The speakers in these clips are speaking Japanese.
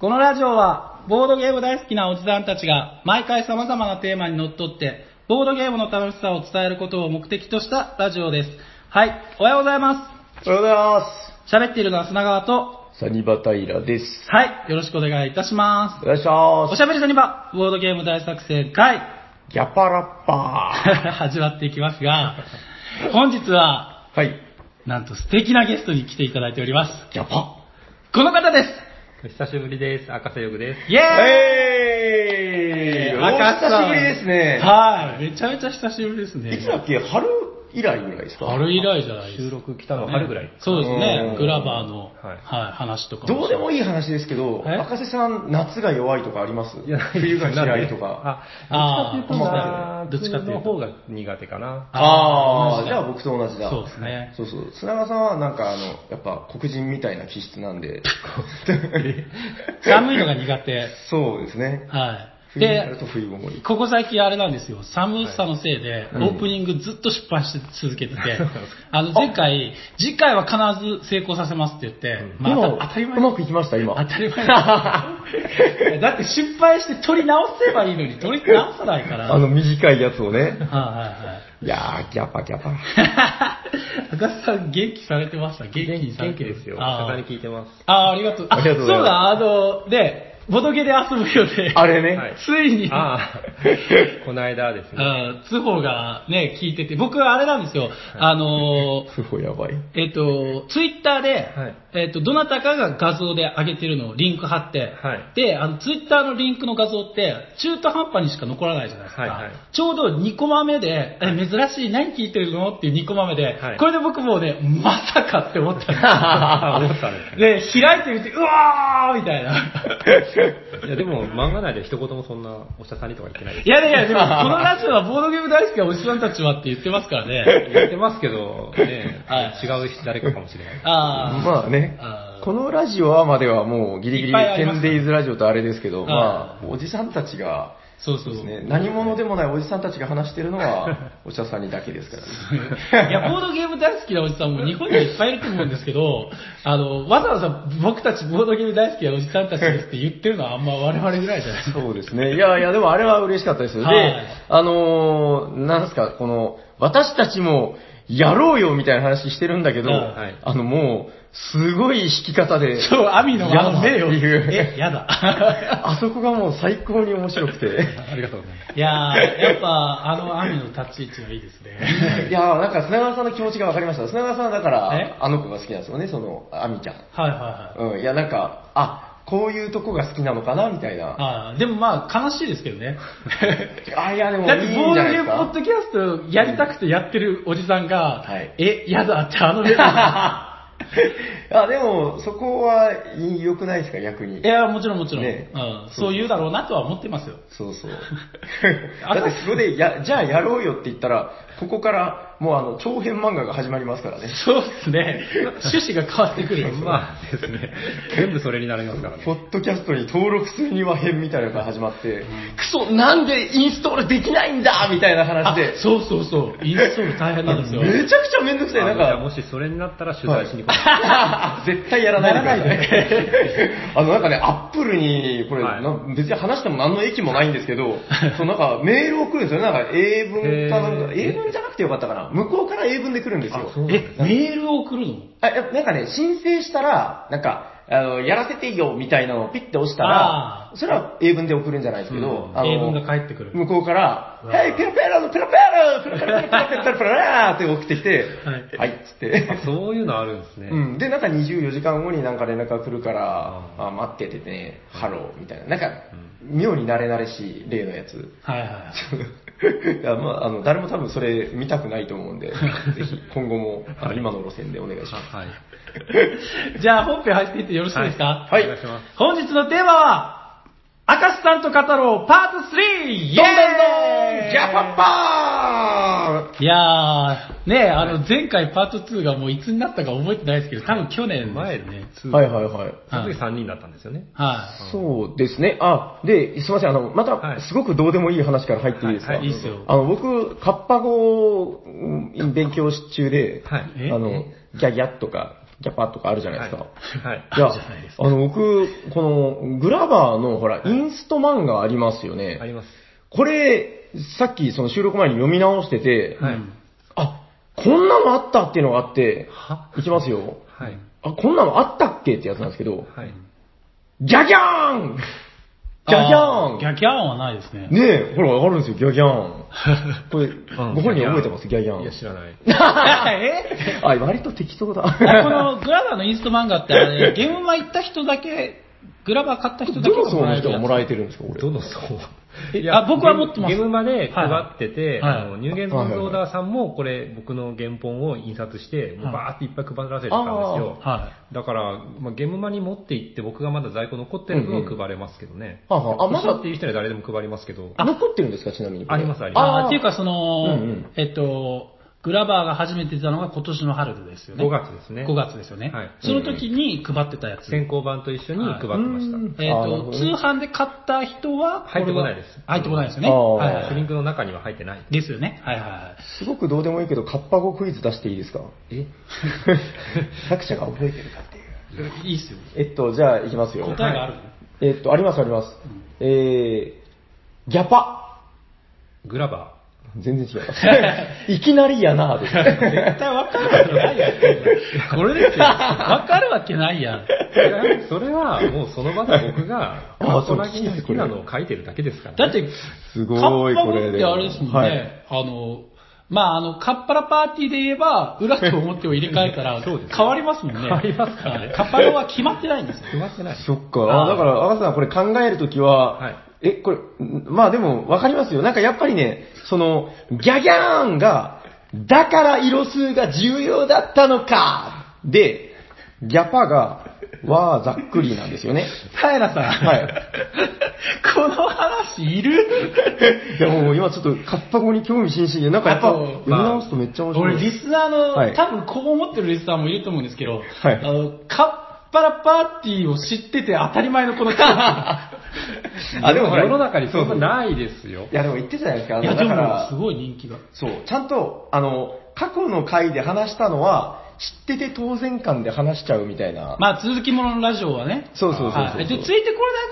このラジオは、ボードゲーム大好きなおじさんたちが、毎回様々なテーマにのっとって、ボードゲームの楽しさを伝えることを目的としたラジオです。はい、おはようございま。おはようございます喋っているのは砂川と、す。サニバタイラです。はい、よろしくお願いいたしま。お願いしますおすし。ゃべりさにば、ボードゲーム大作戦会、 ギャパラッパ始まっていきますが、本日は、ー。はい。なんと素敵なゲストに来ていただいております。ギャパ。この方ですお久しぶりです。赤瀬よくです。イェーイえー、お久しぶりですね。はい。めちゃめちゃ久しぶりですね。いつだっけ春以来ぐらいですか春以来じゃないです収か、録来たのは春ぐらい。そうですうねん。グラバーの、はいはい話とかどうでもいい。いい話ですけど、え赤瀬さん、夏が弱いとかありますいやないです冬が嫌いとか。 あ、どっちかっていうとあー夏どっちかっていうとの方が苦手かな。あーー、じゃあ僕と同じだ。そうですね。そうそう。砂川さんはなんかあの、やっぱ黒人みたいな気質なんで。寒いのが苦手。 そうですね。はい。冬になるでと、冬ごもり。ここ最近あれなんですよ。寒さのせいで、うんオープニングずっと失敗し続けてて、あの前回、次回は必ず成功させますって言って、ま今あ当たり前うまくいきました、今。当たり前だいやだって失敗して取り直せばいいのに、取り直さないから。あの短いやつを ね。はいはいはい。いやー、ギャパギャパ。 赤瀬さん元気されてました元気にされ元て気まですよ。あさーに聞いてます。あー、ありがとう。ありがとうございますそうだ、あの、で、ボドゲで遊ぶよね。あれね。はいついに、ああ、この間ですね。あー、通報がね、聞いてて、僕はあれなんですよ。あのー、すごいやばい。えっ、と、ツイッターで、はいえっ、と、どなたかが画像で上げてるのをリンク貼って、はいで、あの、ツイッターのリンクの画像って、中途半端にしか残らないじゃないですか。はいはいちょうど2コマ目で、え、珍しい、何聞いてるのっていう2コマ目で、はいこれで僕もうね、まさかって思ったんですあー 思ったんですね。で、開いてみて、うわーみたいな。いや、でも漫画内で一言もそんなお医者さんにとか言ってないですい。やいやいや、でも、このラジオはボードゲーム大好きなおじさんたちはって言ってますから ね。言ってますけど、ねはい、違う人誰かかもしれない。あー。まあねあー、このラジオはまではもうギリギいっリぱいあります 10days ラジオとあれですけあど、ーまあ、おじさんたちが、そうそう。ね、何者でもないおじさんたちが話してる のは、お茶さんにだけですからね。いや、ボードゲーム大好きなおじさんも日本にはいっぱいいると思うんですけ ど、あの、わざわざ僕たちボードゲーム大好きなおじさんたちですって言ってるのはあんま我々ぐらいじゃないですか。そうですね。いやいや、でもあれは嬉しかったですよ。ではい、あのー、なんですか、この、私たちも、やろうよみたいな話してるんだけど、はいあのもう、すごい弾き方で、そう、アミのあのやだ目を。っていうえ、やだ。 あそこがもう最高に面白くて。ありがとうございます。いやー、やっぱあのアミの立ち位置はいいですね。いやーなんか砂川さんの気持ちが分かりました。砂川さんはだかえら、あの子が好きなんですよね、その、アミちゃん。はいはいはい。うん、いやなんか、あ、こういうとこが好きなのかな、みたいな。あーでもまあ、悲しいですけど ね。あ、いやでもいいだって、ボーんじドゃなゲいでーすムポッか。ドキャストやりたくてやってるおじさんが、はいえ、やだってあの目 い あ、でも、そこはいい良くないですか、逆に。や、もちろんもちろん,、ねうん。そう言うだろうなとは思ってますよ。そうそう。だってそこでや、じゃあやろうよって言ったら、ここからもうあの、長編漫画が始まりますからね。そうですね。趣旨が変わってくる。まあ、まあですね、 全部それになりますからね。ポッドキャストに登録するには編みたいなのが始まって、クソ、なんでインストールできないんだみたいな話あで、そうそうそう。インストール大変なんですよ。めちゃくちゃめんどくさい。あなのじゃあんもしそれになったら取材しに来ない。か、 絶対やらないでください。あの、なんかね、アップルに、これ、はいな別に話しても何の益もないんですけど、そのなんかメールを送るんですよ。なんか英文かなんか、へー英文じゃなくてよかったかな。向こうから英文で来るんですよ。え、メールを送るのあ、やっぱなんかね、申請したら、なんか、あの、やらせてよみたいなのをピッて押したあら、それは英文で送るんじゃないですけど、うんあの英文が返ってくる向こうから、うわはい、ペラペラのペラペラペラペラペラペラペラペラって送ってきて、はいはい、っつって。あそういうのあるんですね。うん、で、なんか24時間後になんか連絡が来るから、あ待っててね、ハローみたいな。なんか、妙に慣れ慣れしい例のやつ。 はいはい。いやまあ、あの誰も多分それ見たくないと 思うんで、ぜひ今後もあの今の路線でお願いしあます。はい。じゃあ本編入っていってよろしいですか、はいお願いします。本日のテーマは、明石さんと語ろうパート 3! イエーイどんどんどんギャパッパいやー、ねあの、前回パート2がもういつになったか覚えてないですけど、多分去年前ですでよねね。、ーはい、はいはい。その時3人だったんですよね。はそうですね。あ、で、すいません。あの、まはた、いすごくどうでもいい話から入っていいですか、はいいいっすよあの、僕、カッパ語をうん勉強し中で、はいえあの、ギャギャとか、キャパとかあるじゃないですか。はい。いや、あるじゃないですあの、僕、この、グラバーの、ほら、インスト漫画ありますよね。あります。これ、さっき、その収録前に読み直してて、はい。あ、こんなのあったっていうのがあって、はいきますよ。はい。あ、こんなのあったっけってやつなんですけど、はい。ギャギャーンギャギあーギャーンャギャーンはないですね。ねえ、ほら、わかるんですよ、ギャギャーン。これ、ご本人覚えてます、ギャギャいや、ー知らない。えン。あ、割と適当だ。このグラバーのインスト漫画ってあれ、現場行った人だけ、グラバー買った 人だけどの層もらえのる人がもらえてるるんですか、これ。どの層 えあ僕は持ってますゲームまで配ってて、はいはいあのニューゲームズオーダーさんもこれ、僕の原本を印刷して、もうバーっていっぱい配らせてたんですよ。はだから、まあ、ゲームマに持って行って、僕がまだ在庫残ってる分を配れますけどね。はあはああままだだっていう人には誰でも配りますけど。残ってるんですか、ちなみに。ありますありい。ますああ、っていうか、かその、うんうんえっと、グラバーが初めて出たのが今年の春ですよね。 5月ですね5月ですよね。はいその時に配ってたやつ。先行版と一緒に配ってました。うんえっ、あーなると、ほど通ね販で買った人は、入ってこないですこれは入ってこないですよね。あーはいはいシュリンクの中には入ってない。ですよね。はいはいはい。すごくどうでもいいけど、カッパ語クイズ出していいですかえ作者が覚えてるかっていう。いいっすよ。えっと、じゃあ、いきますよ。答えがある、えっと、ありますあります。えー、ギャパ。グラバ全然違う。いきなりやなぁです。絶対わかるわけないやん。 これですよ。わかるわけないやん。ー。いや それはもうその場で僕が、 あカットなぎに好きなのを書いてるだけですから、だって、すごいカッパこ語れっでてあれですもんね。はいあの、まあ、あの、カッパラパーティーで言えば、裏と表を入れ替えたら、そうですね変わりますもんね。変わりますからねはいカッパ語は決まってないんですよ。決まってない。そっか。あ、だから、赤さんこれ考えるときは、はいえ、これ、んまあでも、わかりますよ。なんかやっぱりね、その、ギャギャーンが、だから色数が重要だったのかで、ギャパが、わーざっくりなんですよね。平さん。はい。この話いるいやもう今ちょっと、カッパ語に興味津々で、なんかやっぱ、あと読み直すとめっちゃ面白 い。俺、リスナーの、はい多分こう思ってるリスナーもいると思うんですけど、はいあの、カッパラパーティーを知ってて当たり前のこの人いや、あ、でもほら世の中にそんうなうないですよい。や、でも言ってたじゃないです か。あのでだかも、らす、ごい人気が。そう、ちゃんと、あの、過去の回で話したのは、知ってて当然感で話しちゃうみたいな。まあ、続きもののラジオはね。そうそうそうそうはいで、ついてこれな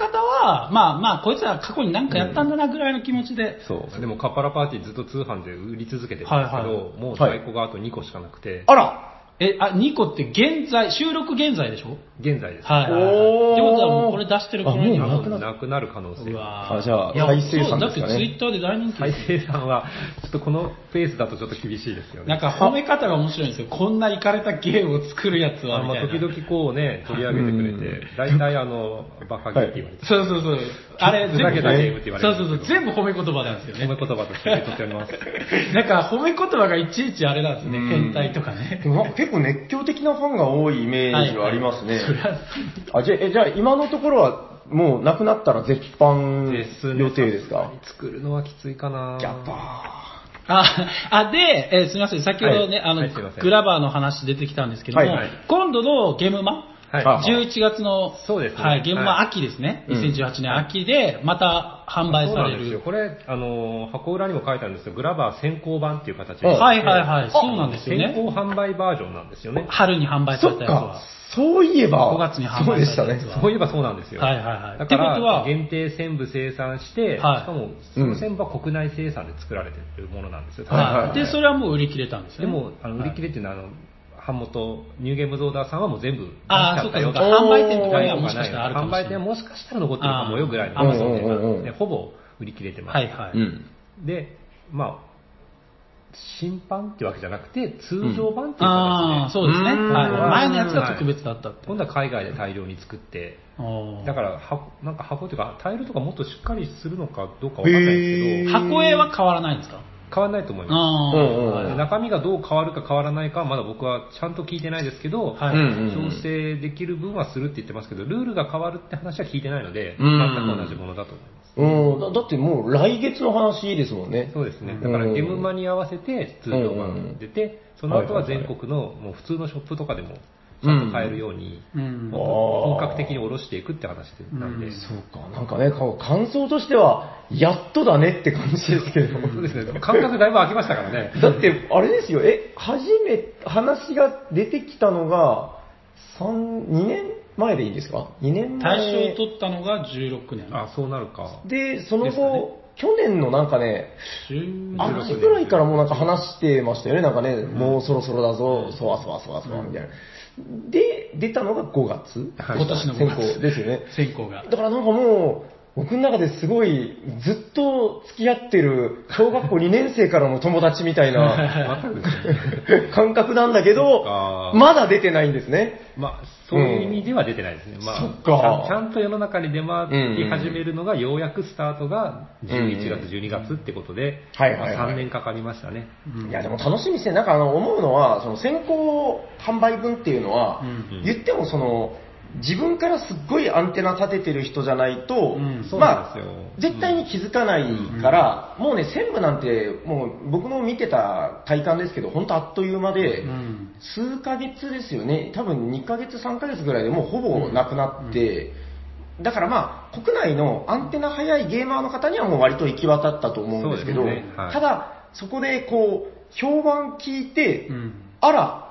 い方は、まあまあ、こいつら過去に何かやったんだなぐらいの気持ちで。そう。でもカッパラパーティーずっと通販で売り続けてるんですけど、はいはいもう在庫があと2個しかなくて、あらえ、あ、2個って現在、収録現在でしょ現在です。はいはいはい。おーってことはもうこれ出してる頃にはあもうなくなっなくなる可能性うが。わーあじゃあいや再生産ですそうだかねってツイッターで大人気再生さんは、ちょっとこのペースだとちょっと厳しいですよね。なんか褒め方が面白いんですよ。こんなイカれたゲームを作るやつは、あみまたいあ、な。時々こうね、取り上げてくれて、大体あの、バカゲーって言われて、そうそうそう。あれ、ふざけたゲームって言われるそうそうそう。全部褒め言葉なんですよ褒 めね。言葉として受け取っております。なんか褒め言葉がいちいちあれなんですね。変態とかでね。もなんか結構熱狂的なファンが多いイメージはありますね。そりゃあじゃあえじゃあ今のところは、もうなくなったら絶版ですね予定ですか作るのはきついかなギャッパあ、あ、で、えーすみません。先ほどね、はいあの、はいすいませんグラバーの話出てきたんですけども、はいはい今度のゲームマはあい。 11月の、そうですねはい、ゲームマはい秋ですね。うん2018年秋で、また販売そうさなれんですよ。る。これ、あの、箱裏にも書いてあるんですけど、グラバー先行版っていう形で。うんはいはいはい。そうなんですよ先ね。行販売バージョンなんですよね。春に販売ーさそれったやつはか。、そういえば、 5月に販売そうでしたされたやねつ。はそういえばそうなんですよ。はいはいはいだかってことはら、限定専部生産して、しはいかも、その専部は国内生産で作られてるものなんですよ。はいはいはい、で、それはもう売り切れたんですでよね。も、あの売り切れっていうのは、あの、版元、ニューゲームズオーダーさんはもう全部出しちああ、ゃそうったかそようとか。おー販売店とかにあはもしかしたらあるか販もしれ売ない。店はもしかしたら残ってるかもよぐらいのあー Amazon ではうんうんうんうんでほぼ売り切れてます。はいはうい。ん。で、まあ、新版ってわけじゃなくて、通常版っていう形で、ああ、そうですね。うんはい、うん前のやつが特別だったって。今度は海外で大量に作って、おーだから箱、なんか箱というか、タイルとかもっとしっかりするのかどうかわかんないへですけーど、箱絵は変わらないんですか変わらないと思いまあうんうんあ、す。ー中身がどう変わるか変わらないかはまだ僕はちゃんと聞いてないですけど、はいうんうん調整できる分はするって言ってますけど、ルールが変わるって話は聞いてないので、うん全く同じものだと思います。うんだだってもう来月の話ですもんね。そうですね。だからうんゲームマに合わせて通常版出て、その後は全国のもう普通のショップとかでもちゃんと買えるように、うん。あー本格的に下ろしていくって話なんで、うんそうか、なんかね、こう感想としては、やっとだねって感じですけど。そうですね。感覚だいぶ空きましたからね。だって、あれですよ、え、初め、話が出てきたのが、三2年前でいいんですか ?2 年前。大賞を取ったのが16年。あ、そうなるか。で、そのですかね後、去年のなんかね、 16あ秋ぐらいからもうなんか話してましたよね、なんかね、もうそろそろだぞ、そわそわそわそわみたいな。で、出たのが5月はい今年の選5月考ですよね。選考が。だからなんかもう、僕の中ですごい、ずっと付き合ってる、小学校2年生からの友達みたい なわかるですね。感覚なんだけそどっか、まだ出てないんですね。まあ、そういう意味では出てないですね。まあ、そっかちゃんちゃんと世の中に出回り始めるのが、ようやくスタートが11うん月、12月ってことで、はいはいはいまあ3年かかりましたね。うんいや、でも楽しみですね。なんかあの、思うのは、その先行販売分っていうのは、うん言ってもその、自分からすっごいアンテナ立ててる人じゃないと、うんそうなまんあですよ、絶対に気づかないから、もうね、専務なんて、もう僕も見てた体感ですけど、本当あっという間で、うん数ヶ月ですよね、多分2ヶ月、3ヶ月ぐらいでもうほぼなくなって、だからまあ、国内のアンテナ早いゲーマーの方にはもう割と行き渡ったと思うんですけど、そうですねはいただ、そこでこう、評判聞いて、うんあら、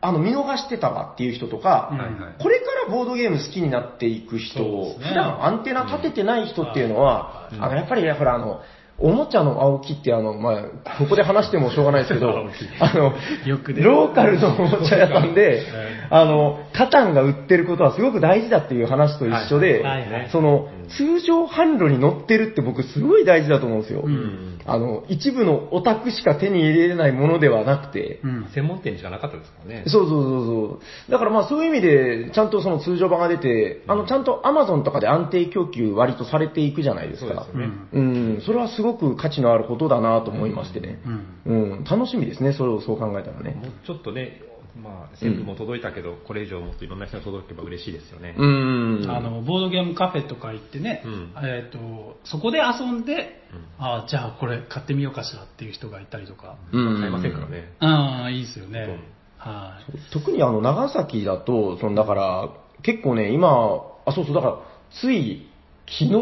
あの、見逃してたわっていう人とか、うんはいはい。これからボードゲーム好きになっていく人、そうですね普段アンテナ立ててない人っていうのは、うんあのやっぱりほらあの、おもちゃの青木ってあの、まあ、ここで話してもしょうがない ですけど青木、あのよく、出るローカルのおもちゃ屋さ んで、あの、カタンが売ってることはすごく大事だっていう話と一緒で、はいはいはいその、通常販路に乗ってるって僕すごい大事だと思うんですよ。んあの、一部のオタクしか手に入れれないものではなくて、うん専門店じゃなかったですからね。そうそうそうそう。だからまあそういう意味で、ちゃんとその通常版が出て、あの、ちゃんとアマゾンとかで安定供給割とされていくじゃないですそうでかす。うねんうん、それはすごく価値のあることだなと思いましてね。うんうん、楽しみですね、それをそう考えたらね。もうちょっとね、まあ、全部も届いたけど、これ以上もっといろんな人に届けば嬉しいですよね。うん。あのボードゲームカフェとか行ってね、うんえー、とそこで遊んで、うんあじゃあこれ買ってみようかしらっていう人がいたりとか、うん、買えませんからね。ああいいですよね、うんはい特にあの、長崎だと、その、だから、結構ね、今、あ、そうそう、だから、つい、昨日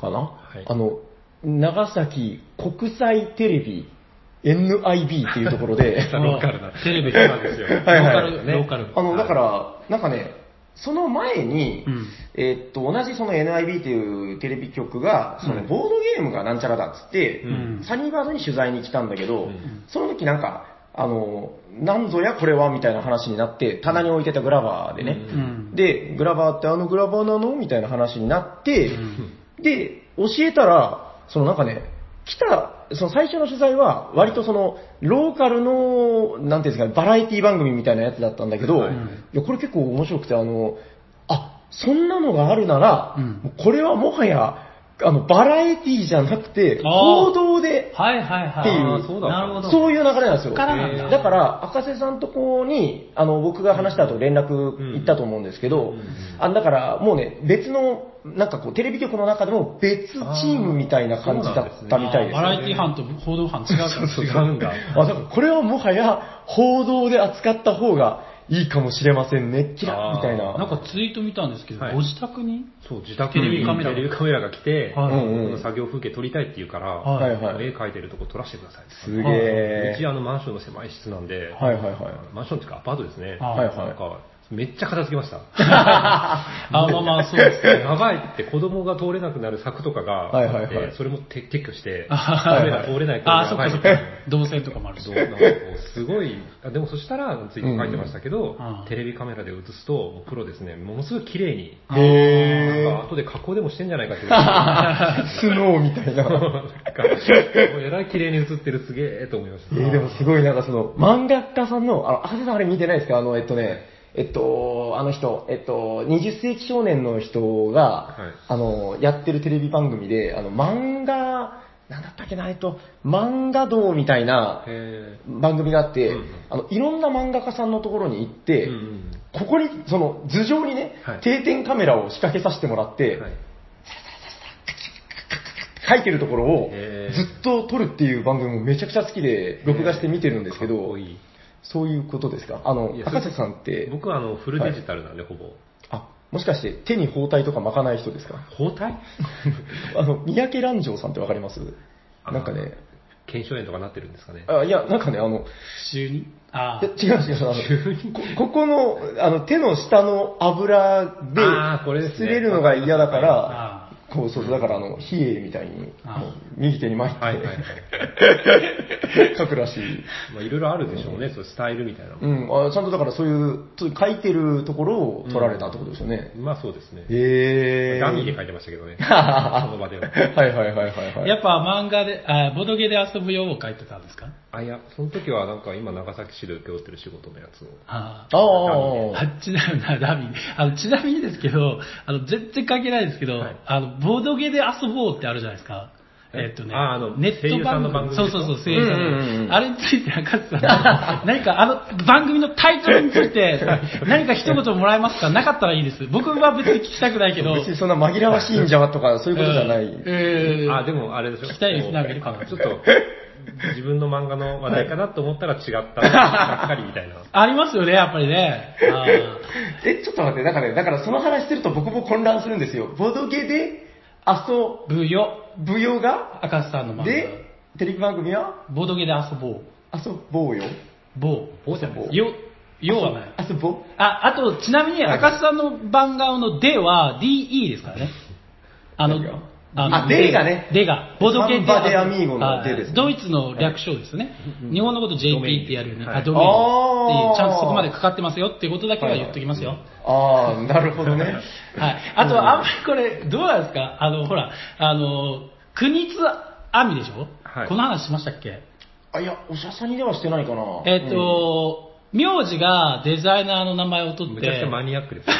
かな、いあの、長崎国際テレビ、NIB っていうところで、 ローカルなテレビそうなんですよはいはいローカル、ローカルあの、だから、なんかね、その前に、うんえーっと、同じその NIB というテレビ局が、そのボードゲームがなんちゃらだっつって、うんサニーバードに取材に来たんだけど、うんその時なんか、あの、なんぞやこれはみたいな話になって、棚に置いてたグラバーでね、うんうんで、グラバーってあのグラバーなのみたいな話になって、うんで、教えたら、そのなんかね、来た、その最初の取材は、割とその、ローカルの、なんていうんですかね、バラエティ番組みたいなやつだったんだけど、はいいや、これ結構面白くて、あの、あ、そんなのがあるなら、うんもうこれはもはや、あの、バラエティじゃなくて、あー行動で、はいはいはいっていうあーそうだなるほどそういう流れなんですそよ。っからなんだえーだから、赤瀬さんとこに、あの、僕が話した後連絡行ったと思うんですけど、あだから、もうね、別の、なんかこう、テレビ局の中でも別チームみたいな感じだったみたいですあーバよ。ラエティ班と報道班違うから違うんだ。あ、だからこれはもはや報道で扱った方がいいかもしれませんね、キラあーッみたいなんな。かツイート見たんですけど、はいご自宅にそう、自宅テレビカメラテレビカメラが来て、はいうんうん僕の作業風景撮りたいって言うから、はいはいもう絵描いてるとこ撮らせてくださいってすげえう。ちあのマンションの狭い室なんで、はいはいはい。マンションっていうかアパートですね。あはいなんはか、めっちゃ片付け ました。あーまあまあそうです ねやばいって子供が通れなくなる柵とかがはいあはっいはいて、それも撤撤去して、あカはいメはラい通れないからあーやそっばかいそみったいなか動線とかもあるしそうなんかこうすごい、あでもそしたら、ツイッター書いてましたけどうん、テレビカメラで映すと、もうプロですね、ものすごい綺麗に、あーへなんか後で加工でもしてんじゃないかっていうぐら スノーみたいい。なんな。かもうえらい綺麗に映ってる、すげえと思いましえた。ーでもすごいなんかその、漫画家さんの、あの、赤瀬さんあれ見てないですかあの、えっとね、えっと、あの人、えっと、20世紀少年の人が、はいあの、やってるテレビ番組で、あの、漫画、なんだったっけな、えっと、漫画道みたいなへ番組があって、うんうんあの、いろんな漫画家さんのところに行って、ーうんうんここに、その、頭上にね、はい定点カメラを仕掛けさせてもらって、はい書いてるところをへーずっと撮るっていう番組もめちゃくちゃ好きで、録画して見てるんですけかっどこ、いいそういうことですかあのい、や赤瀬さんって、僕はあのフルデジタルなんで、ほぼ。あ、もしかして手に包帯とか巻かない人ですか包帯あの、三宅蘭城さんってわかりますあなんかね、腱鞘炎とかなってるんですかね。あいや、なんかね、あの、週にあいや違う違うあの、こここの、あの、手の下の油であーこれですね擦れるのが嫌だから、あ。こうそうそう、だからあの、比叡みたいにあー、こう右手に巻いて、はいはいはい。書くらしい。まあ、いろいろあるでしょうね、そうスタイルみたいなのうん、あちゃんとだからそういう、そういう書いてるところを取られたってことですよね。まあそうですね。へえー。ダミーで書いてましたけ どね。その場では。はいはいはいはいはい。やっぱ漫画で、あボドゲで遊ぶようを書いてたんですかあ、いや、その時はなんか今長崎市で請け負ってる仕事のやつを。ああ。ああああ、あちなみに、ダミーあのちなみにですけど、あの全然関係ないですけど、はいあのボードゲで遊ぼうってあるじゃないですか。ええっとね、ああのネッ声ト優さんの番組。番組でしそょうそうそう、声優さんの。うんうんうんあれについて中津さん、何かあの番組のタイトルについて、何か一言もらえますかなかったらいいです。僕は別に聞きたくないけど。別にそんな紛らわしいんじゃわとか、そういうことじゃない。うんえーあ、でもあれでしょ。聞きたいリスナーがいるかなこうちょっと、自分の漫画の話題かなと思ったら違った。ばっかりみたい な。ありますよね、やっぱりね。あーえ、ちょっと待って、だからね、だからその話すると僕も混乱するんですよ。ボドゲで、遊ブヨ、ぶよが、赤須さんの漫画。で、テレビ番組は、ボドゲで遊ぼう。遊ぼうよ。ぼおじゃんぼう。よ、よはない。遊ぼうあ、あと、ちなみに、はい赤須さんの番顔のでは、DE ですからね。あの何が、あででがねでが。ボドゲで。サンバデアミーゴのはいでですねドイツの略称ですよね。日本のことドメイ JP ンってやるよね。はいあ、ドメインっていうあーちゃんとそこまでかかってますよってことだけは言っときますよ。ああ、なるほどね。はい。あと、あんまりこれ、どうなんですかあの、ほら、あの、国津網でしょはいこの話しましたっけ あ、いや、おしゃさにではしてないかな。えっと、名字がデザイナーの名前を取っめちゃくちてゃ、マニアックです。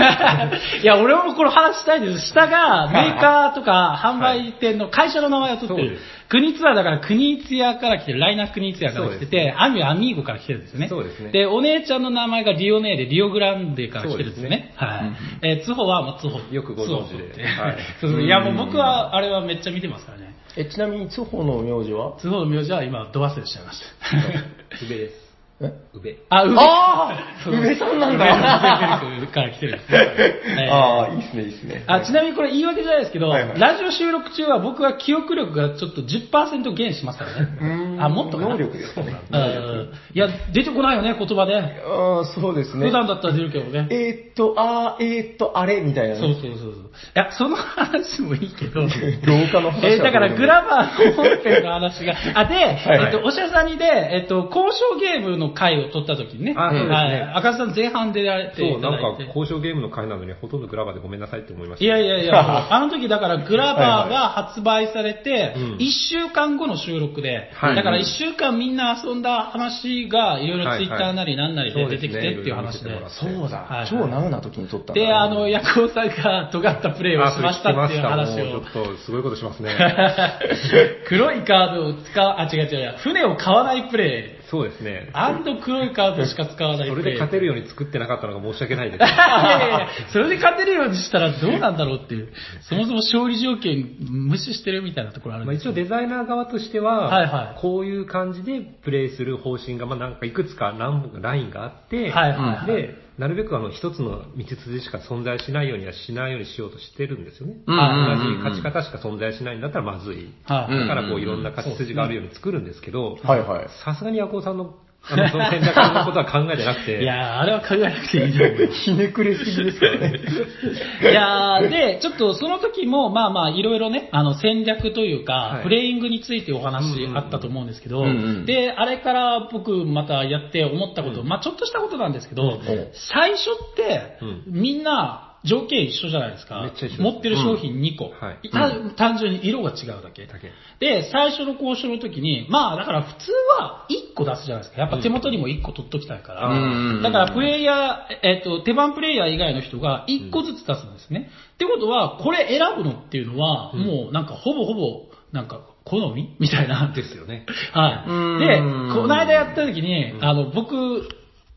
いや、俺もこれ話したいです。下がメーカーとか販売店の会社の名前を取ってそうるです。国津屋だから国津屋から来てる、ライナー国津屋から来てそうですて、アミはアミーゴから来てるんですよね。そうですねで、お姉ちゃんの名前がリオネーで、リオグランデから来てるんですよね。はい。えー、津保は、まあ、津保。よくご存津保知でってはいそうそういや、もう僕は、あれはめっちゃ見てますからね。うん、え、ちなみに、津保の名字は津保の名字は今、ド忘れしちゃいました。宇部です。え宇部。あ、上ああそう上さんなんだ上上から来てるんですね。 はいああ、いいっすね、いいっすね。あちなみにこれ言い訳じゃないですけど、はいはいラジオ収録中は僕は記憶力がちょっと10%減しますからうーね。んあ、もっとかな能力ですかね。うんいや、出てこないよね、言葉で。 ああ、そうですね。普段だったら出るけどね。えーっと、あー、えーっと、あれみたいなね。そうそうそうそう。いや、その話もいいけど。廊下の話はえーだからグラバーの本編の話が。あ、で、はいえっと、おしゃさにで、えっと、交渉ゲームの回を取った時にね。あそうですねはい赤瀬さん前半でやられていそう、ただいて。なんか交渉ゲームの回なのにほとんどグラバーでごめんなさいって思いました。いやいやい や、あの時だからグラバーが発売されてうん、 1週間後の収録で、はいだから1週間みんな遊んだ話が、いろいろツイッターなりなんなりで出てきてっていう話で。そうだはい超ナウな時に撮ったんだで、あの、ヤクオさんが尖ったプレイをあ、しそれま聞しきたっまてしいうた。も話をう。ちょっとすごいことしますね。 黒いカードを使う、あ、違う違う違う、船を買わないプレイ。そうですね。アンド黒いカードしか使わないそプレれイ。で勝てるように作ってなかったのが申し訳ないです。 いやいやいやそれで勝てるようにしたらどうなんだろうっていう。そもそも勝利条件無視してるみたいなところあるんまあです一よ応デザイナー側としてはいはは、いこういう感じでプレイする方針が、まあなんかいくつか何本かラインがあって、はいはいはいで、なるべくあの一つの道筋しか存在しないようにはしないようにしようとしてるんですよね。ううんんうんうん同じ勝ち方しか存在しないんだったらまずい。はいうんだからこういろんな勝ち筋があるように作るんですけど、はいはい。さすがにヤコウさんの、 あの、その選択のことは考えてなくて。いやー、あれは考えなくていいと思う。ひねくれすぎですからね。 いやーで、ちょっとその時も、まあまあ、いろいろね、あの、戦略というか、はいプレイングについてお話あったと思うんですけど、うんうんで、あれから僕またやって思ったこと、まあちょっとしたことなんですけど、ん最初って、みんな、条件一緒じゃないですか。めっちゃ一緒です持ってる商品2個。はいいた単純に色が違うだけ。だけで、最初の交渉の時に、まあだから普通は1個出すじゃないですか。やっぱ手元にも1個取っときたいから。うんだからプレイヤー、えっ、と、手番プレイヤー以外の人が1個ずつ出すんですね。ってことは、これ選ぶのっていうのは、うんもうなんかほぼほぼ、なんか好みみたいな。ですよね。 はうんい。で、この間やった時に、あの、僕、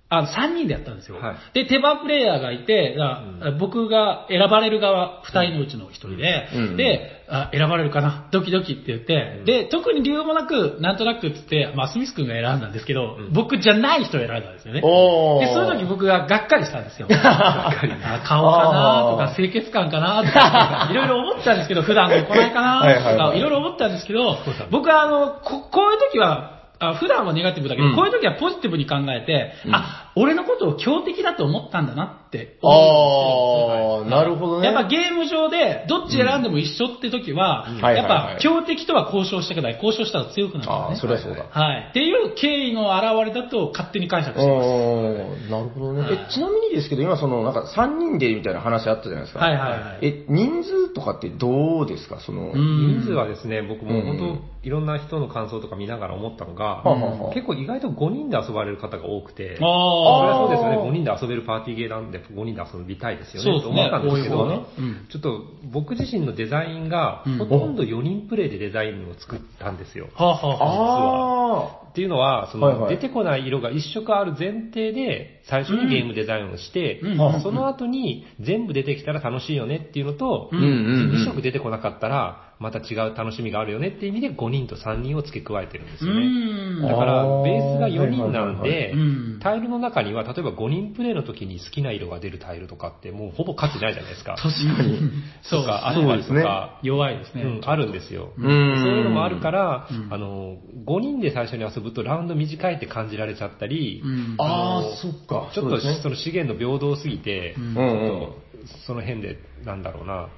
あの3人でやったんですよ。はいで、手番プレイヤーがいて、あ僕が選ばれる側、2人のうちの1人で、うんであ、選ばれるかな、ドキドキって言って、うんで、特に理由もなく、なんとなくっつって、まあ、スミス君が選んだんですけど、うん僕じゃない人を選んだんですよね。おーで、その時僕ががっかりしたんです よ。あ顔かなとあか、清潔感かなとか、いろいろ思ってたんです けど、普段の行いかはいはないとはか、いいろいろ思ったんですけど、僕はあの、ここういう時は、あ普段はネガティブだけど、うんこういう時はポジティブに考えて、うんあ、俺のことを強敵だと思ったんだなって思あー、なるほうどんね。ですよ。やっぱゲーム上で、どっち選んでも一緒って時は、うんはいはいやっはいぱ強敵とは交渉したくない。交渉したら強くなるからあねー、。そりゃそうだ。はい。っていう経緯の表れだと勝手に解釈してます。おーなるほどね。え、ちなみにですけど、今その、なんか3人でみたいな話あったじゃないですか。はいはいはいえ、人数とかってどうですかその、うん人数はですね、僕もう本ん当、いろんな人の感想とか見ながら思ったのがはあはあは、あ結構意外と5人で遊ばれる方が多くて、それあーはそうですよね、5人で遊べるパーティーゲーなんで、5人で遊びたいですよそうでね、すとね思ったんですけ多どい方がねうん、ちょっと僕自身のデザインがうん、ほとんど4人プレイでデザインを作ったんですよ。はあはあはああっていうのは、そはいのはい出てこない色が一色ある前提で、最初にゲームデザインをして、うんうんその後に全部出てきたら楽しいよねっていうのと、うー。ん2色出てこなかったら、また違う楽しみがあるよねっていう意味で5人と3人を付け加えてるんですよね。うんだからあー、ベースが4人なんはいはいでうん、タイルの中には、例えば5人プレイの時に好きな色が出るタイルとかって、もうほぼ価値ないじゃないですか。確かに。そとうか、あか、ればそうとですねか、弱いですね。うん、あるんですよ。うんそういうのもあるから、うんあの、5人で最初に遊ぶとラウンド短いって感じられちゃったり、うんああのー、そっか。ちょそうっとですねそ,、の資源の平等すぎて、うんうんうん。その辺で、なんだろうな、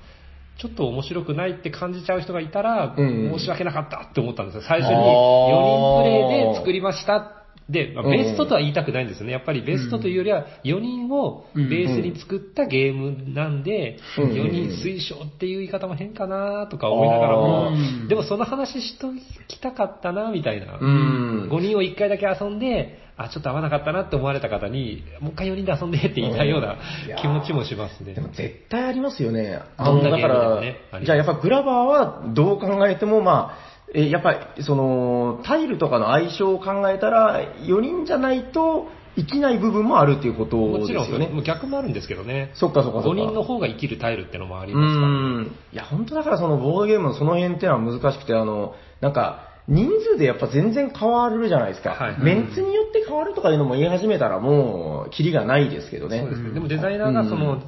ちょっと面白くないって感じちゃう人がいたら、うん申し訳なかったって思ったんですよ。最初にあー4人プレイで作りました。で、まあうんベストとは言いたくないんですよね。やっぱりベストというよりは、4人をベースに作ったゲームなんで、うん4人推奨っていう言い方も変かなとか思いながらもうん、でもその話しときたかったなみたいな。うん5人を1回だけ遊んで、あ、ちょっと合わなかったなって思われた方に、もう一回4人で遊んでって言いたいようなうんいやー 気持ちもしますねで。も絶対ありますよね。あどの、んなだゲームかでもら、ねありますじゃあやっぱグラバーはどう考えても、まあ、えやっぱり、その、タイルとかの相性を考えたら、4人じゃないと生きない部分もあるっていうこともですちろん、よそれね。もう逆もあるんですけどね。そっかそっかそっか。 5人の方が生きるタイルってのもありうますから。ん。いや、本当だからそのボードゲームのその辺ってのは難しくて、あの、なんか、人数でやっぱ全然変わるじゃないですか。はいメンツによって変わるとかいうのも言い始めたらもう、キリがないですけどね。そうですうね。んでもデザイナーがそうの、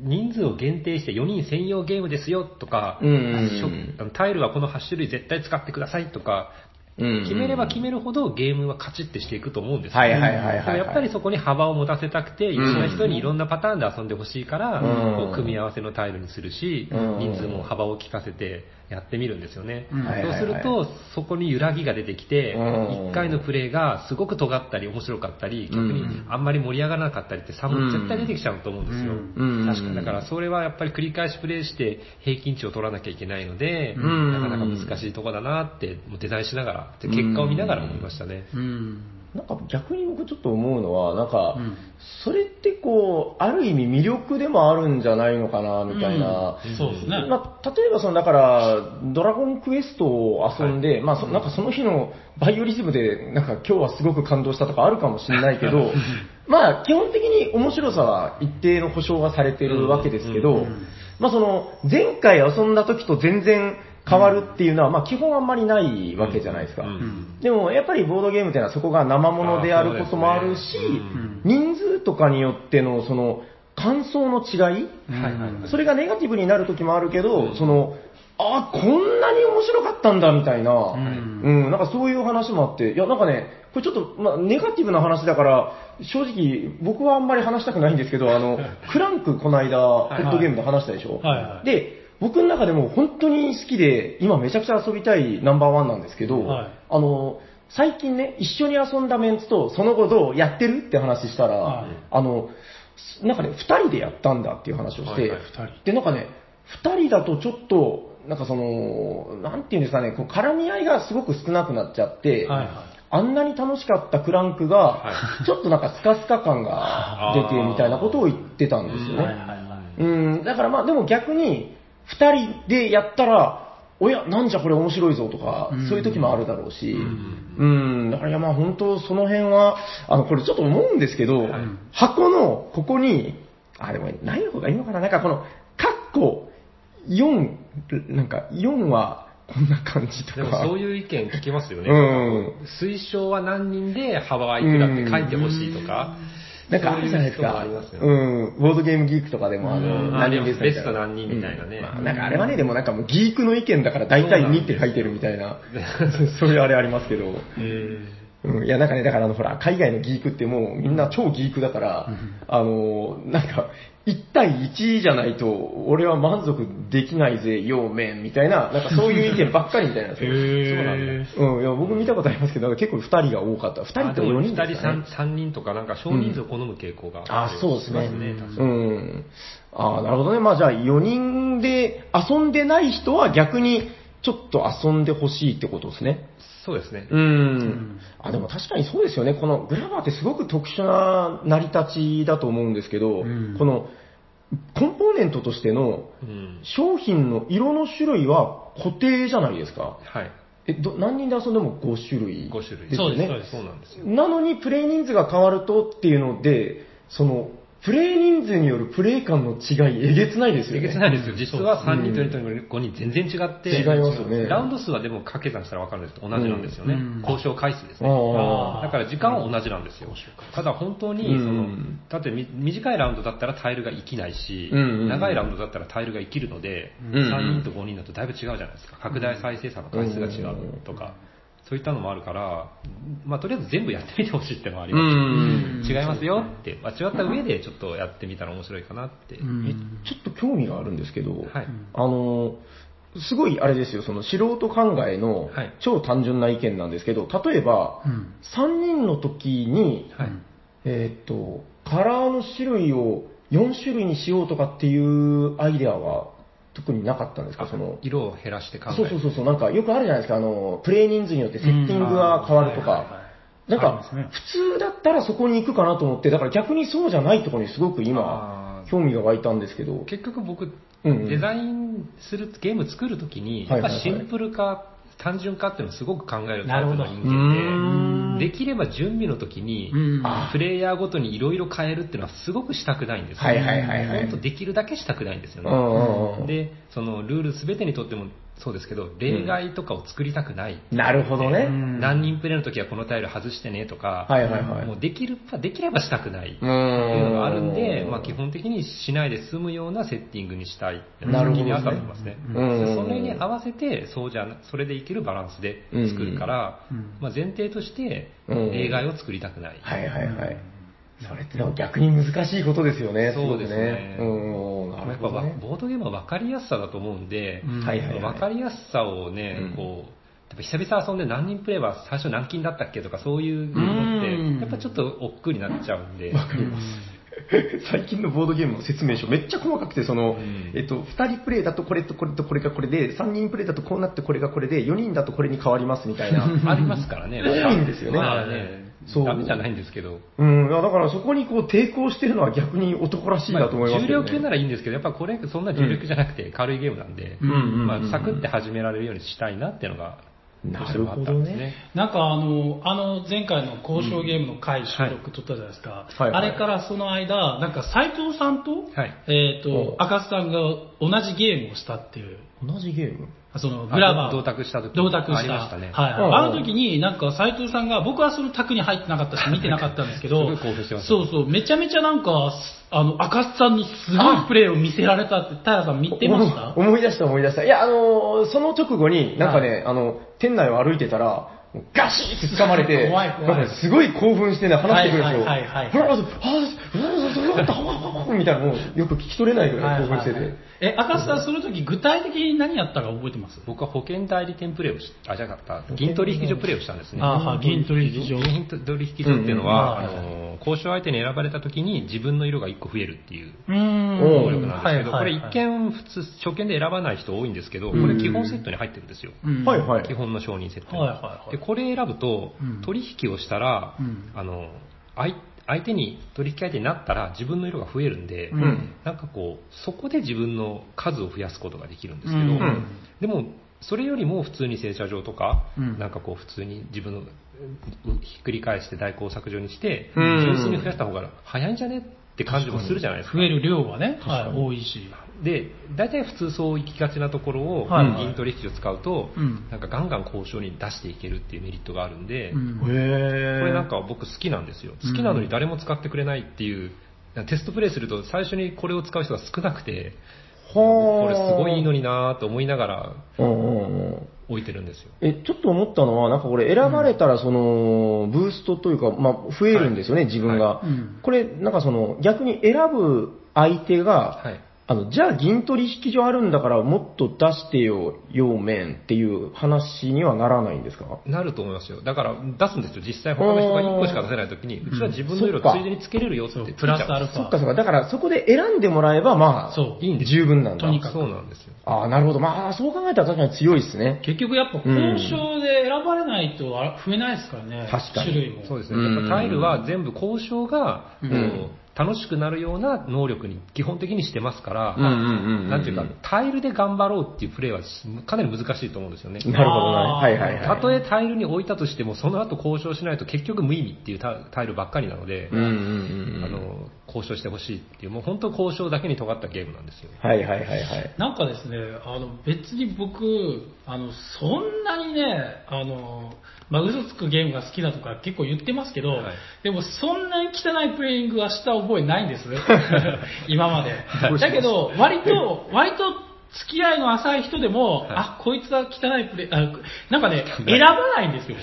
人数を限定して4人専用ゲームですよとか、うんしょあのタイルはこの8種類絶対使ってくださいとか、うん決めれば決めるほどゲームはカチッてしていくと思うんですよはいはいはいはいはいでもやっぱりそこに幅を持たせたくて、いろんな人にいろんなパターンで遊んでほしいから、うんこう組み合わせのタイルにするし、うん人数も幅を利かせてやってみるんですよね。うんそうするはいはいと、そこに揺らぎが出てきて、うん1回のプレイがすごく尖ったり面白かったり、逆にうんあんまり盛り上がらなかったりって差も絶対出てきちゃうと思うんですうよ。ん確かにだからそれはやっぱり繰り返しプレイして平均値を取らなきゃいけないので、うんなかなか難しいとこだなって、もうデザインしながら、で結果を見ながら思いましたね。うんなんか逆に僕ちょっと思うのは、なんかうん、それってこう、ある意味魅力でもあるんじゃないのかな、みたいな。うんそうですね。まあ、例えばその、だから、ドラゴンクエストを遊んで、まあそ、なんかその日のバイオリズムで、なんか今日はすごく感動したとかあるかもしれないけど、 まあ、基本的に面白さは一定の保証がされてるわけですけど、うんんまあその、前回遊んだ時と全然変わるっていうのは、まあ基本あんまりないわけじゃないですか。うんうんでもやっぱりボードゲームってのはそこが生ものであることもあるし、うん人数とかによってのその感想の違い、うんはいはいそれがネガティブになる時もあるけど、うんその、あーこんなに面白かったんだみたいな、うんん、なんかそういう話もあって、いや、なんかね、これちょっと、まあ、ネガティブな話だから、正直、僕はあんまり話したくないんですけど、あの、クランクこの間、いホットゲームで話したでしょ、はいはいで、僕の中でも本当に好きで、今めちゃくちゃ遊びたいナンバーワンなんですけど、はいあの、最近ね、一緒に遊んだメンツと、その後どうやってるって話したら、はいあの、なんかね、二人でやったんだっていう話をして、はいはい二人で、なんかね、二人だとちょっと、なんかその、なんていうんですかね、こう絡み合いがすごく少なくなっちゃって、はいはいあんなに楽しかったクランクが、はちょっとなんかスカスカ感が出てみたいなことを言ってたんですようんはいね。はいはいうん、だからまあでも逆に、二人でやったら、おや、なんじゃこれ面白いぞとかうん、そういう時もあるだろうし、うん、だからいやまあ本当その辺は、あの、これちょっと思うんですけど、箱のここに、あ、でもない方がいいのかな、なんかこの、カッコ4、なんか4はこんな感じとでか。もそういう意見聞きますよね。うん推奨は何人で幅はいくらって書いてほしいとか。なんかあるじゃないですか。そういう人もありますよねうん。ボードゲームギークとかでも、あうの、でんすかみたいなありますベスト何人みたいなねうんまあなんかあれはね、でもなんかもうギークの意見だから大体そうなん2っですてよ書いてるみたいな、そういうあれありますけど。うん、いや、なんかね、だからあの、ほら、海外のギークってもうみんな超ギークだから、あの、なんか、1対1じゃないと、俺は満足できないぜ、陽面、みたいな、なんかそういう意見ばっかりみたい なんですよ。そうなんだ。うん、いや、僕見たことありますけど、なんか結構2人が多かった。2人あでと4も二人ですかね人三三人とか、なんか少人数を好む傾向がありそうですね。しますね確うかにん。ああ、なるほどね。まあじゃあ4人で遊んでない人は逆にちょっと遊んでほしいってことですね。そうですね。うん。あ、でも確かにそうですよね。このグラバーってすごく特殊な成り立ちだと思うんですけど、うんこのコンポーネントとしてのうん。商品の色の種類は固定じゃないですか。はい。え、ど何人で遊んでも5種類。 5種で類。すそようね。ですそうですそうなんですよ。なのにプレイ人数が変わるとっていうので、その、プレイ人数によるプレイ感の違い、えげつないですよえね。げつないですよ。実は3人とうん4人と5人全然違って。違いますよねラウンド数はでも掛け算したらわかるんですけど、同じなんですよねうん。交渉回数ですね。あああだから時間は同じなんですよ。ただ本当に、うそんの、だってみ短いラウンドだったらタイルが生きないし、うんうんうん長いラウンドだったらタイルが生きるので、うん3人と5人だとだいぶ違うじゃないですか。拡大再生産の回数が違うとか、そういったのもあるから、まあとりあえず全部やってみてほしいってのもありうますし。ん。うん違いますよって、まあ、違った上でちょっとやってみたら面白いかなって。うんえちょっと興味があるんですけど、はい。あの、すごいあれですよ、その素人考えのはい超単純な意見なんですけど、例えば、うん3人の時に、はい。えーっと、カラーの種類を4種類にしようとかっていうアイデアは特になかったんですかその色を減らして考えそうそうそうそう、なんかよくあるじゃないですか、あの、プレイ人数によってセッティングが変わるはいはいとはかい。なんありまかすね、普通だったらそこに行くかなと思って、だから逆にそうじゃないところにすごく今あ、ー興味が湧いたんですけど。結局僕、うんデザインする、ゲーム作るときに、はやいっはいぱはいシンプル化、単純化っていうのをすごく考えるなタイるプほどの人うー間んで、できれば準備の時に、うんあプレイヤーごとにいろいろ変えるっていうのはすごくしたくないんですよ。はいはいはいはい本当できるだけしたくないんですようね。んうんうんで、そのルールすべてにとってもそうですけど、例外とかを作りたくない。なるほどね。うん何人プレイの時はこのタイル外してねとか、はいはいはいもうできるできればしたくないっていううのがあるんで、うんまあ、基本的にしないで済むようなセッティングにしたいってなるほどねにあったと思いますね。うんでそれに合わせて、そうじゃなそれでいけるバランスで作るから、うんうんまあ、前提としてうん例外を作りたくない。はいはいはい。それってでも逆に難しいことですよね、すごそうくですねね。うんうん、なやるっぱほどわね。ボードゲームは分かりやすさだと思うんで、うんはいはいはい分かりやすさをね、うんこう、やっぱ久々遊んで何人プレイは最初何金だったっけとかそういうのって、うんやっぱちょっと億劫になっちゃうんで、わかります。 最近のボードゲームの説明書めっちゃ細かくて、その、んえっと、2人プレイだとこれとこれとこれがこれで、3人プレイだとこうなってこれがこれで、4人だとこれに変わりますみたい な。あります からね。多いんですよねまあね、そうダメじゃないんですけど。うん、いやだからそこにこう抵抗してるのは逆に男らしいなと思います重けど量ね。級ならいいんですけど、やっぱこれ、そんな重量級じゃなくて軽いゲームなんで、うんうんまあ、サクッて始められるようにしたいなっていうのが、なるほどねどうしてもあったんですね。なんかあの、あの前回の交渉ゲームの回収録撮ったじゃないですか。いはいはいあれからその間、なんか斉藤さんと、はいえっ、うんと、赤須さんが同じゲームをしたっていう、同じゲームあそのグラバー。あ同卓した時同卓した。ありましたねはい。うんあの時になんか斉藤さんが、僕はその卓に入ってなかったし見てなかったんですけど、すごい興奮してましたそうそう、めちゃめちゃなんか、あの、赤須さんのすごいプレーを見せられたって、平さん見てましたお思い出した思い出した。いや、あのーその直後に、なんかね、あの、店内を歩いてたら、ガシーって掴まれて、怖い怖いなんかねすごい興奮してね、話してくるんですよ。はいはいはいはいほら、ほら、ほら、ほら、ほら、ほら、ほら、みたいな、もうよく聞き取れないぐらい興奮してて。はいはいはいえ、赤須さんその時具体的に何やったか覚えてます僕は保険代理店プレイをし、あ、じゃなかった、銀取引所プレイをしたんですね。あーはい銀取引所。銀取引所っていうのは、うんあの交渉相手に選ばれた時に自分の色が1個増えるっていううーん能能力なんですけど、これ一見。見普通、初見で選ばない人多いんですけど、こうれん基本セットに入ってるんですよ。うんはいはい。基本の承認セットに、はいはいはいでこれ選ぶと、うん取引をしたら、うんあの相相手に取引相手になったら自分の色が増えるんで、うんなんかこうそこで自分の数を増やすことができるんですけど、うんでもそれよりも普通に洗車場とか、うんなんかこう普通に自分のうんひっくり返して代行削除にして、うん純粋に増やした方が早いんじゃねって感じもするじゃないですか。増える量はね、確はかい、に多いし。で、大体普通そう行きがちなところを、はいはい議員取引を使うと、うんなんかガンガン交渉に出していけるっていうメリットがあるんで、うんへえ。これなんか僕好きなんですよ。好きなのに誰も使ってくれないっていう、テストプレイすると最初にこれを使う人が少なくて、ほこー、れすごいいいのになぁと思いながらうんうんうん。置いてるんですよ。え、ちょっと思ったのは、なんかこれ選ばれたら、その、ブーストというか、まあ、増えるんですよね、自分がはいうん。これ、なんかその、逆に選ぶ相手はが、い。あの、じゃあ銀取引所あるんだから、もっと出してよ、陽面っていう話にはならないんですかなると思いますよ。だから出すんですよ。実際他の人が1個しか出せないときに、んうちは自分の色をついでにつけれるよってそうついちプラスアゃうルんでフそっァか。そっか。だから、そこで選んでもらえば、まあ、そういいんです十分なんとにかだ。くすよ。そうなんですよ。ああ、なるほど。まあ、そう考えたら確かに強いですね。結局やっぱ交渉で選ばれないとあら増えないですからね。確かに種類も。そうですうね。んやっぱタイルは全部交渉が、うんこう楽しくなるような能力に基本的にしてますから、うんうんうんうんなんていうか、タイルで頑張ろうっていうプレーはしかなり難しいと思うんですよね。なるほどね。あーはいはいたはい。とえタイルに置いたとしても、その後交渉しないと結局無意味っていうタタイルばっかりなので、うんうんうんあうん。の交渉してほしいっていう、もう本当交渉だけに尖ったゲームなんですよ。はいはいはいはい。なんかですね、あの別に僕、あのそんなにね、あのまあ、嘘つくゲームが好きだとか結構言ってますけど、はいでもそんなに汚いプレイングはした覚えないんです、今まで。だけど、割と、割と付き合いの浅い人でも、いあこいつは汚いプレイ、あなんかね、選ばないんですよ。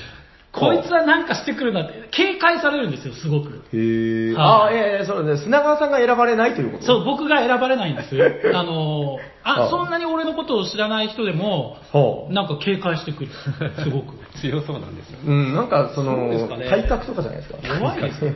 こいつはなんかしてくるなって、警戒されるんですよ、すごく。へえ。あはあ、いいやいや、そうです。砂川さんが選ばれないということ。そうう、僕が選ばれないんです。あのああ、あそんなに俺のことを知らない人でも、ほう。なんか警戒してくる。 すごく。強そうなんですよ。うん、なんかそそうのですかね体格とかじゃないですか。弱いですよね。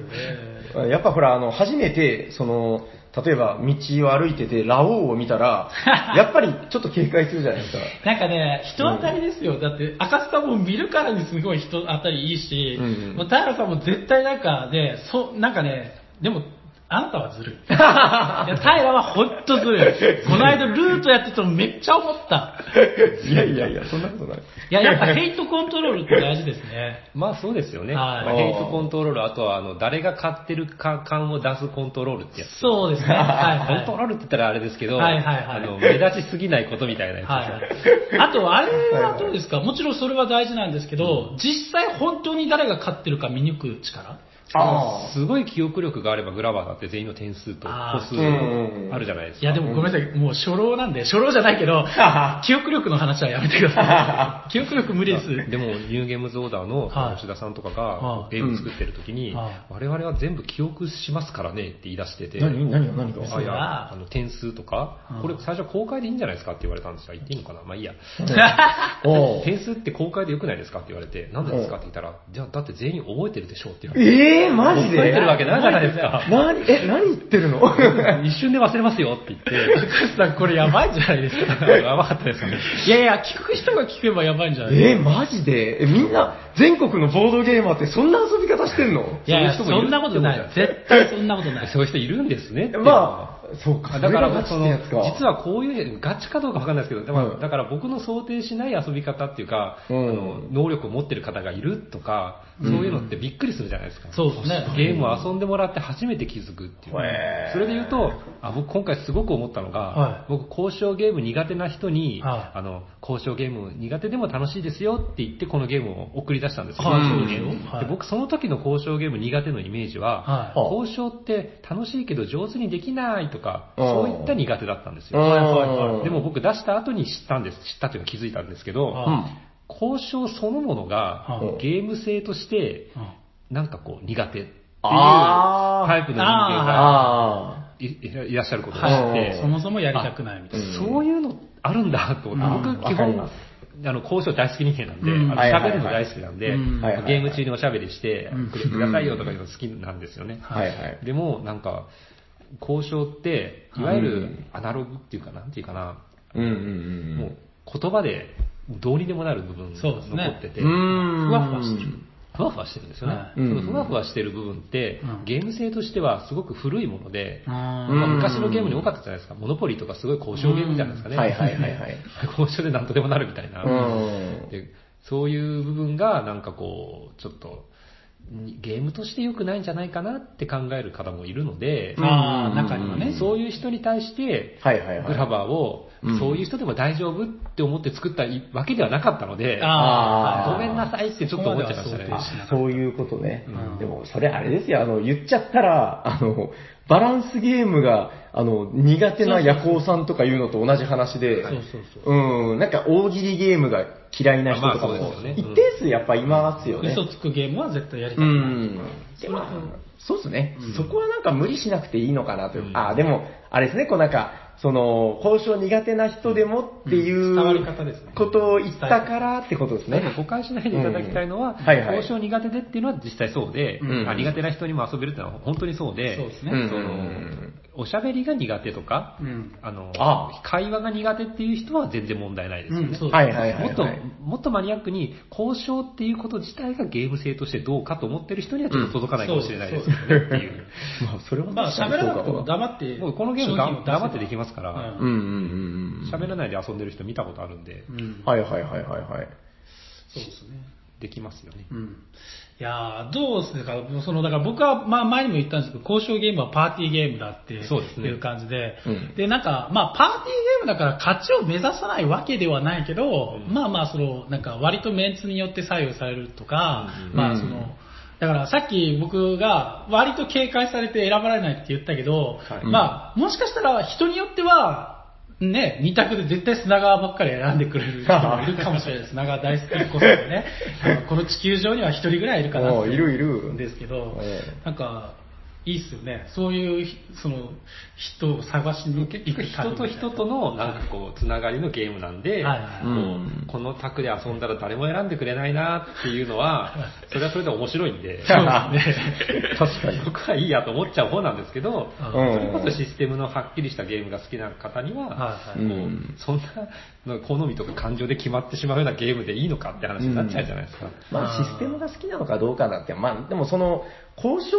やっぱほら、あの、初めて、その、例えば道を歩いてて、ラオウを見た ら、やっぱりちょっと警戒するじゃないですか。なんかね、人当たりですよ。だって、赤スタも見るからにすごい人当たりいいし、うんうんもう田原さんも絶対なんかね、そう、なんかね、でも、あなたはず るい。いや、平はほんとずるい。この間ルートやっててもめっちゃ思った。いやいやいや、そんなことない。いや、やっぱヘイトコントロールって大事ですね。 まあそうですよね。はいまあヘイトコントロール、あとはあの誰が買ってるか感を出すコントロールってやつ。そうですね。はい、はい。コントロールって言ったらあれですけど、はいはいはいあの目立ちすぎないことみたいなやつはいですよ。あと、あれはどうですか、もちろんそれは大事なんですけど、実際、本当に誰が勝ってるか見抜く力、あすごい記憶力があればグラバーだって全員の点数とあー個数うんあるじゃないですいか。や、でもごめんなさい、もう初老なんで、初老じゃないけ ど、記憶力の話はやめてください、記憶力無理です、でも、ニューゲームズオーダーのはい吉田さんとかはがいゲーム作ってる時に、うんはい我々は全部記憶しますからねって言い出してて、何何が何があいや、あの点数とかうん、これ最初公開でいいんじゃないですかって言われたんですが、言っていいのかなまあいいや。おう点数って公開で良くないですかって言われて、なんでですかって言ったら、じゃあだって全員覚えてるでしょうって言われて、ええマジで覚えてるわけないじゃないですか。何、え、何言って るの一瞬で忘れますよって言って、高橋さん、これやばいんじゃないですか、やばかったですね。 いやいや、聞く人が聞けばやばいんじゃないですか。えマジでえ、みんな、全国のボードゲーマーってそんな遊び方してんのいやいや、そそういう人もいるんなことない。絶対そんなことない。そういう人いるんですねって。まあ、そうか、だかそられがガチそってのやつか。実はこういう、ガチかどうかわかんないですけど、だから,、うんだから僕の想定しない遊び方っていうか、うんあの能力を持ってる方がいるとか、そういうのってびっくりするじゃないですか。そうですね。ゲームを遊んでもらって初めて気づくっていう。へーそれで言うと、あ僕今回すごく思ったのが、はい僕交渉ゲーム苦手な人に、はいあの、交渉ゲーム苦手でも楽しいですよって言ってこのゲームを送り出したんですよ。はいうんそうですよはいで僕その時の交渉ゲーム苦手のイメージはは、い交渉って楽しいけど上手にできないとか、うんそういった苦手だったんですうんよ。でも僕出した後に知ったんです。知ったというか気づいたんですけど、はうん交渉そのものがうんゲーム性としてうんなんかこう苦手っていうあータイプの人間があいいらっしゃることを知っはいてそ、もそもやりたくないみたいな。うんそういうのあるんだと思って、うん僕基わかりま本、あの、交渉大好き人間なんで、うんあのはいはいはい喋るの大好きなんで、うんはいはいはいゲーム中におしゃべりしてうん、くれてくださいよとかいうの好きなんですよね。あ。はいはい。でも、なんか、交渉って、いわゆるアナログっていうか、なんていうかな、うんうんうん。もう言葉でどうにでもなる部分がそうですね残ってて、うーんふわふわしてる。ふわふわしてるんですよね。はいそのふわうんふわしてる部分ってうん、ゲーム性としてはすごく古いもので、あうんまあ昔のゲームに多かったじゃないですか。モノポリーとかすごい交渉ゲームじゃないですかね。はいはいはい はい。交渉で何とでもなるみたいな。うんでそういう部分がなんかこう、ちょっと、にゲームとして良くないんじゃないかなって考える方もいるので、あー中にはねうんそういう人に対して、はいはいはい。グラバーをうん、そういう人でも大丈夫って思って作ったわけではなかったので、あーごめんなさいってちょっと思っちゃいましたね。あそういうことね。うんでも、それあれですよ、あの、言っちゃったら、あの、バランスゲームが、あの、苦手な夜行さんとかいうのと同じ話で、そうそうそううん、なんか大喜利ゲームが嫌いな人とかもまあそうですよ、ね一定数やっぱいますよね。嘘つくゲームは絶対やりたうくない。ん。でまあそうですね、そこはなんか無理しなくていいのかなという。うんああ、でも、あれですね、こうなんか、その、交渉苦手な人でもっていう、うん伝わり方ですねことを言ったからってことですね。誤解しないでいただきたいのは、うんはいはい交渉苦手でっていうのは実際そうで、うんあ苦手な人にも遊べるっていうのは本当にそうで、そうですうねんうんそのおしゃべりが苦手とか、うん。あのあ会話が苦手っていう人は全然問題ないですよね。うんそうはいはいはい、はい。もっと、もっとマニアックに、交渉っていうこと自体がゲーム性としてどうかと思ってる人にはちょっと届かないかもしれないですよねっていう。まあ、それはまあ、確かに喋らなくてそもうか黙って、もうこのゲーム商品を出がせば黙ってできますから、うんううんんうんうん。喋らないで遊んでる人見たことあるんで、うんはいはいはいはいはい。そうですね。できますよね。うん。いやーどうですか、その、だから僕は、まあ前にも言ったんですけど、交渉ゲームはパーティーゲームだってそうですねいう感じで、うんで、なんか、まあパーティーゲームだから勝ちを目指さないわけではないけど、うんまあまあ、その、なんか割とメンツによって左右されるとか、うんまあうんその、だからさっき僕が割と警戒されて選ばれないって言ったけど、はいまあもしかしたら人によっては、ね、二択で絶対砂川ばっかり選んでくれる人もいるかもしれないです。砂川大好きっ子さん ね。あのこの地球上には一人ぐらいいるかなおっうているい思うんる。ですけどえ、なんか、いいっすよね。そういうひ、その、人を探しに行く結局人と人とのなんかこうつながりのゲームなんで、はいはいうんこうこの卓で遊んだら誰も選んでくれないなっていうのは、それはそれで面白いんで、確かに。僕はいいやと思っちゃう方なんですけど、ううんんそれこそシステムのはっきりしたゲームが好きな方には、はこいうはいうんそんな好みとか感情で決まってしまうようなゲームでいいのかって話になっちゃうじゃないですか。まあーあ、システムが好きなのかどうかなって、まあ、でもその、交渉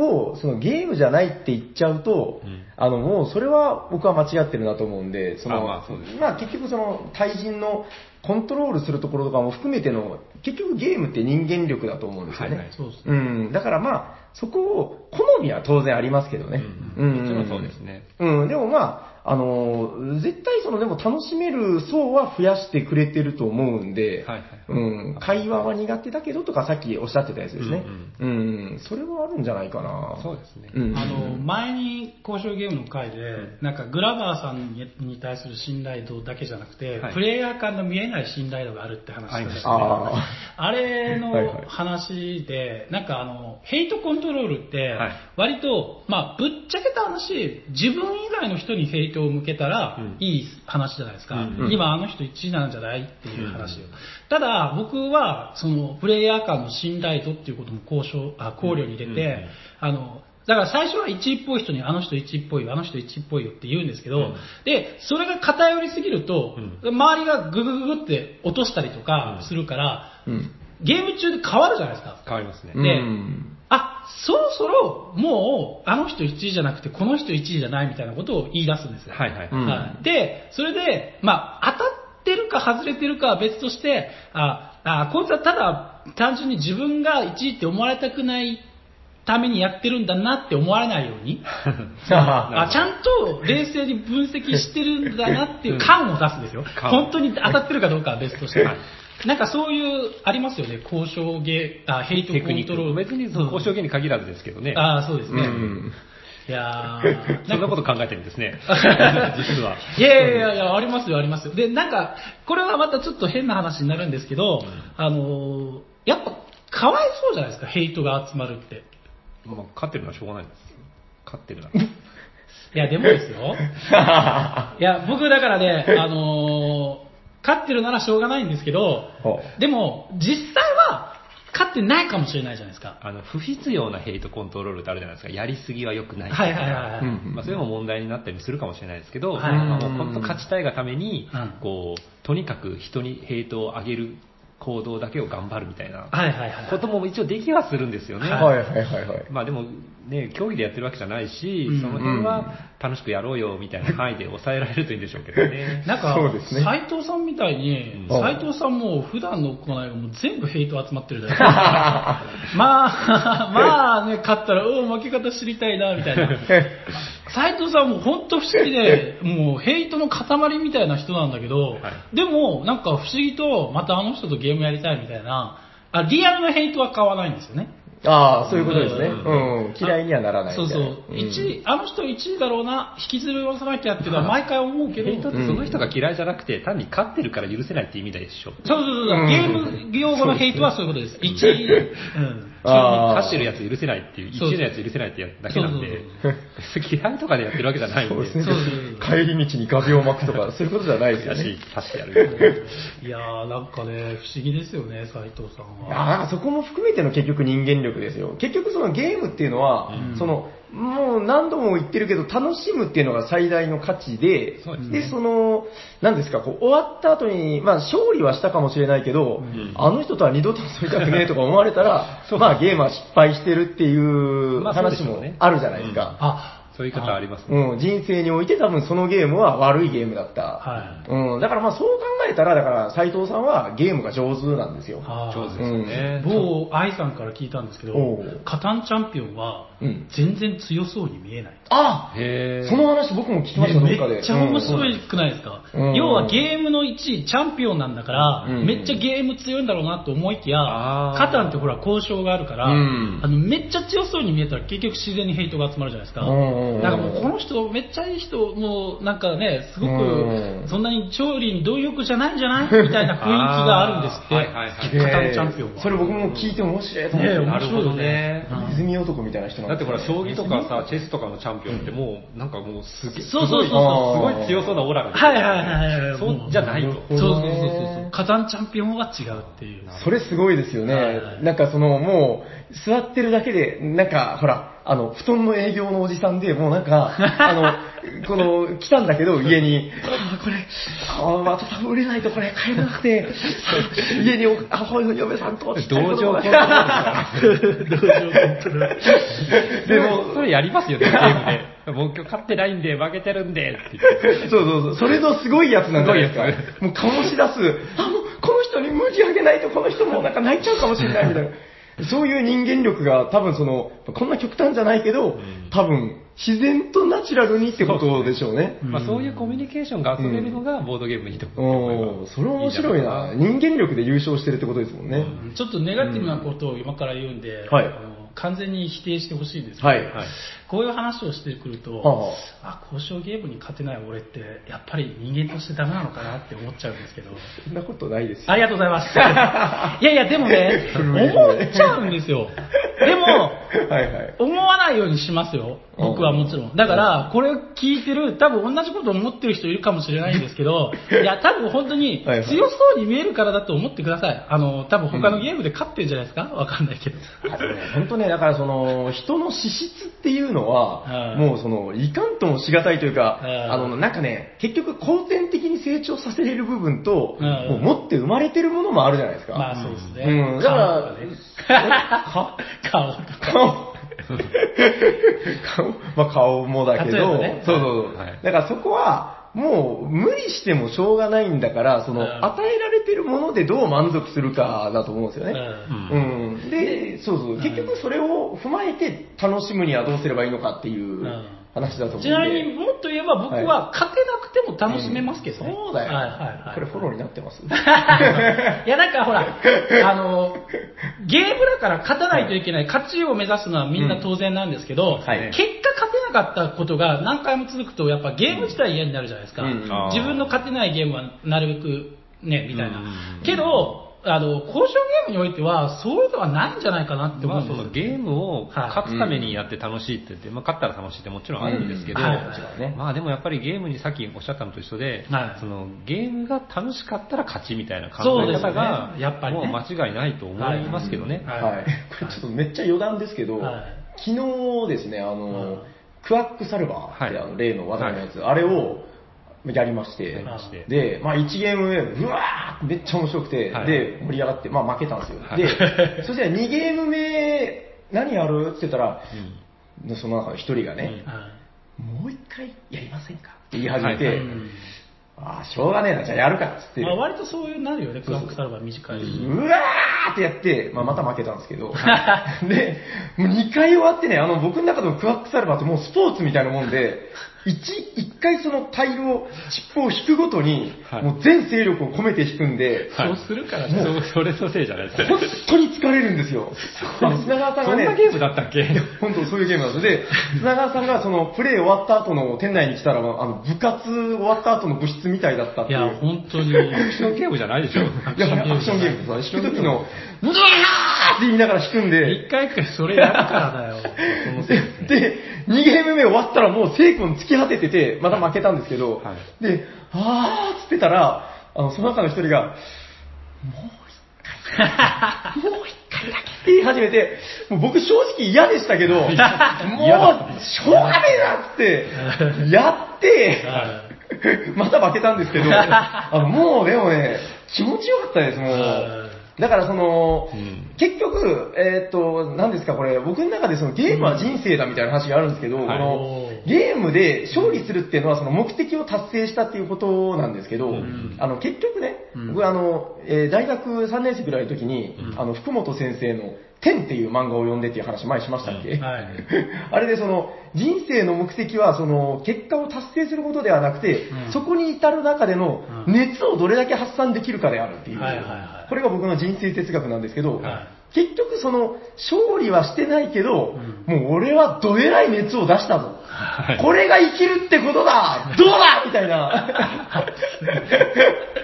をそのゲームじゃないって言っちゃうと、うんあの、もうそれは僕は間違ってるなと思うんで、その、あまあそうですまあ結局その、対人のコントロールするところとかも含めての、結局ゲームって人間力だと思うんですよね。はいはいそうですね。うん、だからまあ、そこを、好みは当然ありますけどね。うんもちろんそうですね。うん、でもまあ、あのー絶対その、でも楽しめる層は増やしてくれてると思うんで、はいはいうん、会話は苦手だけどとかさっきおっしゃってたやつですね。うん、それはあるんじゃないかな。そうですねうん、あの、前に交渉ゲームの回で、なんかグラバーさんにに対する信頼度だけじゃなくて、はいプレイヤー間の見えない信頼度があるって話ありでまししたたねねああれはいはのい話で、なんかあの、ヘイトコントロールってはい、割と、まあ、ぶっちゃけた話、自分以外の人にヘイトを向けたらうん、いい話じゃないですか。うんうん今あの人1位なんじゃないっていう話をうん。ただ、僕は、その、プレイヤー間の信頼度っていうことも交渉、あ考慮に入れうんうんて、あの、だから最初は1位っぽい人にあの人1位っぽいよ、あの人1位っぽいよって言うんですけど、うんで、それが偏りすぎると、う周りがググググって落としたりとかするから、うん。ゲーム中で変わるじゃないですか。変わりますね。でうんあ、そろそろもうあの人1位じゃなくてこの人1位じゃないみたいなことを言い出すんですよ。はいはい。うんはいで、それで、まあ、当たってるか外れてるかは別として、ああこいつはただ単純に自分が1位って思われたくないためにやってるんだなって思われないように、あちゃんと冷静に分析してるんだな っていう感を出すんですよ。感本当に当たってるかどうかは別として。なんかそういう、ありますよね、交渉ゲー、あヘイトコテクニンットクロール。別にその交渉ゲゲームに限らずですけどね。ああ、そうですうね。ん。いやーそなんんかなこと考えてるんで すね。実は。いやいやいやいや、ありますよ、ありますよ。で、なんか、これはまたちょっと変な話になるんですけど、あのーやっぱ、かわいそうじゃないですか、ヘイトが集まるって。まあ、勝ってるのはしょうがないです。勝って るな。いや、でもです よ。いや、僕だからね、あのー勝ってるならしょうがないんですけど、ほでも、実際は、勝ってないかもしれないじゃないですか。あの、不必要なヘイトコントロールってあるじゃないですか。やりすぎは良くない。はいはいはいはい。ううんんまあ、それも問題になったりするかもしれないですけど、はいまあもう本当勝ちたいがためにうん、こう、とにかく人にヘイトを上げる行動だけを頑張るみたいなはいはいはい。ことも一応できはするんですよね。はいはいはいはい。 まあでもね、競技でやってるわけじゃないし、うんその辺は楽しくやろうよみたいな範囲で抑えられるといいんでしょうけどね。なんかそうですね、斎、藤さんみたいに、うん斎藤さんもう普段の行いがもう全部ヘイト集まってる じゃないですか。まあ、まあね、勝ったら、うん、負け方知りたいな、みたい な。斎藤さんも本当不思議で、もうヘイトの塊みたいな人なんだけど、いでもなんか不思議と、またあの人とゲームやりたいみたいな、あリアルなヘイトは買わないんですよね。ああ、そういうことですね。ううんん、嫌いにはならないそうみたそいうな。ん1位、あの人1位だろうな、引きずり下ろさなきゃっていうのは毎回思うけど、ヘイトってその人が嫌いじゃなくて、単に勝ってるから許せないって意味でしょ。そうそうそうそう、うんゲーム用語のヘイトはそういうことです。一位、うん。あー走ってるやつ許せないっていう、一そうそう位のやつ許せないってやつだけなんでそ、 嫌いとかでやってるわけじゃないんで、そうですねそうそう。帰り道に画鋲を巻くとか、そういうことじゃないですよ悔しいね。、刺してやる。いやー、なんかね、不思議ですよね、斎藤さんは。ああ、そこも含めての結局人間力ですよ。結局そのゲームっていうのは、うんその、もう何度も言ってるけど、楽しむっていうのが最大の価値で、そうですねその、なんですか、こう終わった後に、まあ勝利はしたかもしれないけど、んあの人とは二度と遊びたくねえとか思われた ら、まあゲームは失敗してるっていうまあそう話でしょうもねあるじゃないですか。うんあ、そういう言い方ありますね。うん、人生において多分そのゲームは悪いゲームだった。はうん、だからまあそう考えたら、だから斉藤さんはゲームが上手なんですよ。あー上手ですよね。某愛さんから聞いたんですけどおう、カタンチャンピオンはうん、全然強そうに見えない。あへーその話僕も聞きました、どめっかで。っちゃ面うん白いくないですか、うん要はゲームの1位、チャンピオンなんだから、うんめっちゃゲーム強いんだろうなと思いきやあ、ーカタンってほら交渉があるから、うんあのめっちゃ強そうに見えたら結局自然にヘイトが集まるじゃないですか。うんうんうんだからもうこの人めっちゃいい人、もうなんかね、すごうんくそんなに調理に貪欲じゃないんじゃないみたいな雰囲気があるんですって、あーはいはいはいカタンチャンピオンえは。ーそれ僕も聞いて面白いと思っねて。面な白るいほよどね。うん泉男みたいな人なんだってほら、将棋とかさ、チェェスとかのチャンピオンってもう、なんかもうすげえ、そうそうそうすそうごい強そうなオーラが出てはるいはいはいはい。そうじゃないと。そうそうそうなるほそどうね。カタンチャンピオンは違うっていう。 それすごいですよね。はいはいなんかその、もう、座ってるだけで、なんか、ほら、あの、布団の営業のおじさんで、もうな んか、あの、この、来たんだけど、家に、あーこれ、あーまた多分売れないとこれ買えな くて、家にお、あ、ほい嫁さんと、同情コントロール で でもも、それやりますよね、ゲームで。もう今日勝ってないんで、負けてるんで、って言っ て。そうそうそう。それのすごいやつなんじゃないですか。すごいやもう醸し出す。あ、もうこの人に無理あげないとこの人もなんか泣いちゃうかもしれないみたいな。 そういう人間力が多分その、こんな極端じゃないけど、多分自然とナチュラルにってことでしょうね。まあ、そういうコミュニケーションが遊べるのがボードゲームのいいとこおおーそれ面白いな。人間力で優勝してるってことですもんね。ちょっとネガティブなことを今から言うんで、はいあの完全に否定してほしいんですけど、はい。はい。こういう話をしてくると、はあ交渉ゲームに勝てない俺って、やっぱり人間としてダメなのかなって思っちゃうん ですけど、そんなことないですよ。ありがとうございます。 いやいや、でもね、古いね思っちゃうんですよ。でも、 はいはい。思わないようにしますよ。僕はもちろん。だから、これを聞いてる、多分同じこと思ってる人いるかもしれないんですけ ど、いや、多分本当にはい強はいそうに見えるからだと思ってください。あの、多分他のゲームで勝ってるんじゃないですかわかんないけ ど。本当ね、だからその、人の資質っていうのはは、いもうその、いかんともしがたいというか、はいあの、なんかね、結局、後天的に成長させれる部分と、はいもう持って生まれてるものもあるじゃないですか。まあそうですね。うん、だか顔とかねら、顔顔、まあ顔もだけ例えど、ばねそうそうそう、はいだからそこは、もう無理してもしょうがないんだから、その、うん与えられてるものでどう満足するかだと思うんですよね。顔。ううんん。うん、で、そうそう、結局それを踏まえて楽しむにはどうすればいいのかっていううん話だと思うんで。ちなみにもっと言えば僕は勝てなくても楽しめますけどね。そうだよ、はいはいはい。これフォローになってますいや、なんかほら、あの、ゲームだから勝たないといけない、勝ちを目指すのはみんな当然なんですけど、んはい結果勝てなかったことが何回も続くと、やっぱゲーム自体嫌になるじゃないですか。うんあー自分の勝てないゲームはなるべくね、みたいな。うんけど、あの、交渉ゲームにおいては、そういうのはないんじゃないかなってま思うんあ、でそすのよ。ゲームをはい勝つためにやって楽しいって言って、まあ、勝ったら楽しいってもちろんあるんですけど、うんはいはいはいまあでもやっぱりゲームにさっきおっしゃったのと一緒で、はいそのゲームが楽しかったら勝ちみたいな考そうえです方が、ねやっぱりねもう間違いないと思いますけどね。はいはい。これちょっとめっちゃ余談ですけど、はい昨日ですね、あの、はいクワックサルバーって、はいあの例の技のやつ、あれをやりまして、やりましてで、まあ1ゲーム目、うわーっめっちゃ面白くて、はいで、盛り上がって、まあ負けたんですよ。はいで、そしたら2ゲーム目、何やるって言ったら、その中の1人がね、もう一回やりませんかって言い始めて、はいああ、しょうがねえな、じゃあやるかっつって、まあ、割とそういうなるよね、クランクサルバー短い。うわーってやって、まあ、また負けたんですけど、 で、もう2回終わってね、あの、僕の中のクワックサルバーってもうスポーツみたいなもんで、1、一回そのタイルを、尻尾を引くごとに、はいもう全勢力を込めて引くんで、はいそうするからねもうそれのせいじゃないです本か。当に疲れるんですよ。あの砂川さんそがんね、なゲームだったっけ本当そういうゲームなんですよ。で、砂川さんがそのプレイ終わった後の店内に来たら、あの部活終わった後の部室みたいだったっいていう。や、本当に。アクションゲームじゃないでしょ。いやアクションゲームってさ、弾く時の、うわーって言いながら弾くんで、一回一回それやるからだよ。そのせいでで、2ゲーム目終わったらもう聖子に突き果ててて、また負けたんですけど、はで、あーっつってたら、あの、その中の一人が、もう一回、もう一回だけって言い始めて、もう僕正直 嫌でしたけど、もう、しょうがねえなっつって、やって、 また負けたんで すけど、あのもうでもね、気持ちよかったです、もう。だからその、うん結局、えーっと、何ですかこれ、僕の中でそのゲームは人生だみたいな話があるんですけど、うんこのはいゲームで勝利するっていうのはその目的を達成したっていうことなんですけど、んあの結局ね、うん僕あの、えー大学3年生ぐらいの時に、うんあの福本先生の天っていう漫画を読んでっていう話前にしましたっけ、うんはい あれでその人生の目的はその結果を達成することではなくて、うんそこに至る中でのうん熱をどれだけ発散できるかであるっていう、はいはいはいこれが僕の人生哲学なんですけど、は結局その勝利はしてないけど、うんもう俺はどえらい熱を出したぞ。はいこれが生きるってことだどうだみた いな。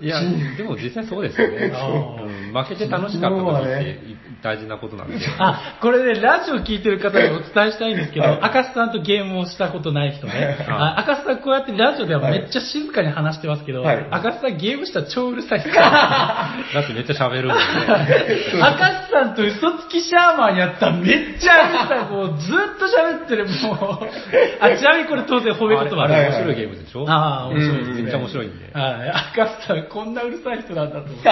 いや、でも実際そうですよね。あーうん負けて楽しかった時って大事なことなんで。あ、これね、ラジオ聞いてる方にお伝えしたいんですけど、はい赤須さんとゲームをしたことない人ね。あ赤須さんこうやってラジオではめっちゃ静かに話してますけど、はい赤須さんゲームしたら超うる さいっすから。だってめっちゃ喋るもん ね。赤須さんと嘘つきシャーマンやったらめっちゃうるさい。もうずっと喋ってる、 もう。あ、ちなみにこれ当然褒め言葉あで。れ面白いゲームでしょああ、面白いですね。めっちゃ面白いんで。はい。赤須さんこんなうるさい人なんだと思って。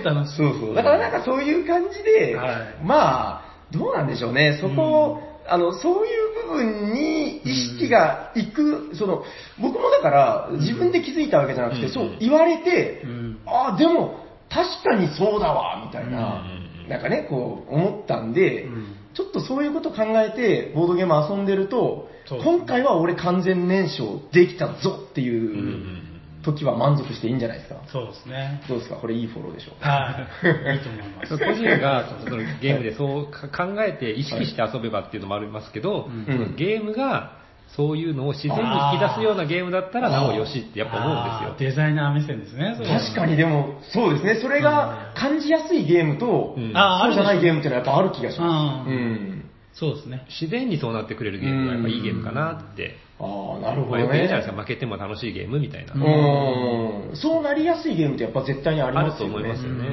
超楽しい。そうそう。だからなんかそういう感じで、はいまあ、どうなんでしょうね。そこ、あの、そういう部分に意識がいく、その、僕もだから自分で気づいたわけじゃなくて、うんそう言われて、うんああ、でも、確かにそうだわ、みたいな、うんなんかね、こう、思ったんで、うんちょっとそういうこと考えて、ボードゲーム遊んでると、そうですね今回は俺完全燃焼できたぞってうんうんういうん時は満足していいんじゃないですか。そうですね。どうですかこれいいフォローでしょうか はい。いいと思います個。人がそのゲームでそうか考えて意識して遊べばっていうのもありますけど、うんそのゲームがそういうのを自然に引き出すようなゲームだったらなおよしってやっぱ思うんですよ。よ。デザイナー目線ですね。確かにでも、そうですね、それが感じやすいゲームと、うんあーそうじゃないゲームっていうのはやっぱある気がします。ううんん。そうですね。自然にそうなってくれるゲームがやっぱいいゲームかなって。ああ、なるほまどあよく言うじゃないでね。すか、負けても楽しいゲームみたいな。うん。そうなりやすいゲームってやっぱ絶対にありあまるすとよ思いねま。すようんね。う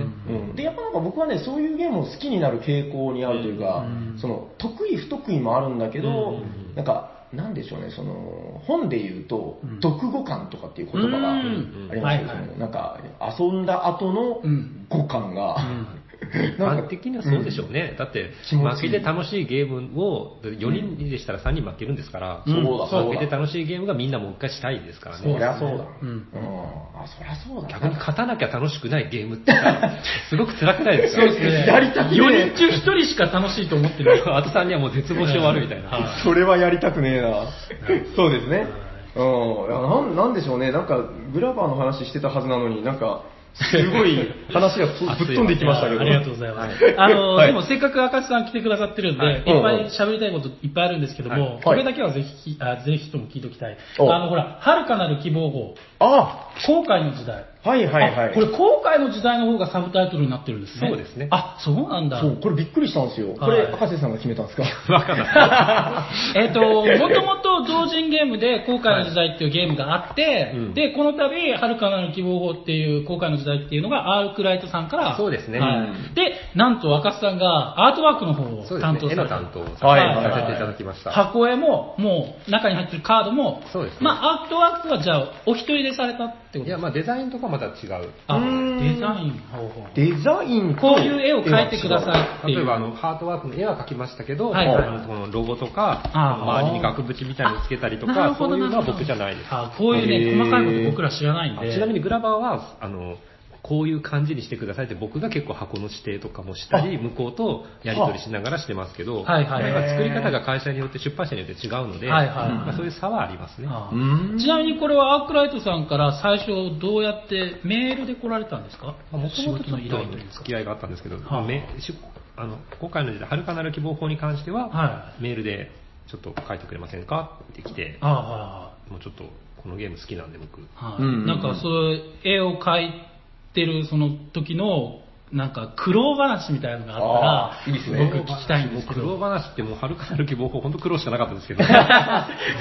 ん、でやっぱなんか僕はね、そういうゲームを好きになる傾向にあるというか、うんその得意、不得意もあるんだけど、うんなんか、なんでしょうね、その本で言うと、うん読語感とかっていう言葉がありますけど、うんうんなんか、遊んだ後のうん語感が、 一般的にはそうでしょうね。だって、気持負ちいけいて楽しいゲームを、4人でしたら3人負けるんですから、うんそうだ、そう負けてだ。楽しいゲームがみんなもう一回したいですからそりね。ゃそうだ。うんあ、そりゃそうだ。逆に勝たなきゃ楽しくないゲームってさ、 すごく辛くないですかそうです ねやりたくねえ4人中1人しか楽しいと思ってない。あと3人はもう絶望して終わるみたいはな。それはやりたくねえな。そうですね。うん、いやなんなんでしょうね、なんかグラバーの話してたはずなのに、なんか、すご い話がぶぶっ飛んできましたけど。ありがとうございます。あの、でもせっかく赤瀬さん来てくださってるんで、、はいいっぱい喋りたいこといっぱいあるんですけども、はいこれだけはぜひ、あぜひとも聞いておきたい。あおの、ほら、遥かなる希望号、あ後悔の時代。はいはいはあい。これ、後悔の時代の方がサブタイトルになってるんですね。そうですねあ、そうなんだ。そう、これびっくりしたんですよ。こはれ、い博士さんが決めたん ですかわかんない。えっと、もともと同人ゲームで、後悔の時代っていうゲームがあって、うんで、この度、遥かなる希望法っていう、後悔の時代っていうのが、アークライトさんから、そうですねはうい、で、なんと赤須さんが、アートワークの方をそうです担ね当。され絵のた担当をさはいさせていただきました。箱絵も、もう、中に入ってるカードも、そうですねまあ、アートワークは、じゃあ、お一人で成されたってこと いや、まあデザインとかまた違う。あ、うーんデザイン、方法。デザインとこういう絵を描いてくださいっていう例えばあの、ハートワークの絵は描きましたけど、はいはいあのこのロゴとか、あ周りに額縁みたいのつけたりとあなるか、ほそどういうのはなるほど僕じゃないです。あこういうへーね、細かいこと僕ら知らないんあで。ちなみにグラバーは、あの、こういう感じにしてくださいって僕が結構箱の指定とかもしたり、向こうとやり取りしながらしてますけど、はいはいなんか作り方が会社によって出版社によって違うので、はいはいまあそういう差はありますね。あうーんちなみにこれはアークライトさんから最初どうやってメールで来られたんですかもと仕もと事ちょのっ依頼というとか付。き合いがあったんですけど、はあめしあの今回の時代、はるかなる希望法に関しては、はメールでちょっと書いてくれませんかって来て、あもうちょっとこのゲーム好きなんで僕、あ、はいうんうんうんなんかそういう絵を描いてるその時のなんか苦労話みたいなのがあったあーらいいっすね僕聞きたいんですけ苦労ど。話ってもうはるかなる希望法、本当苦労しかなかったですけど、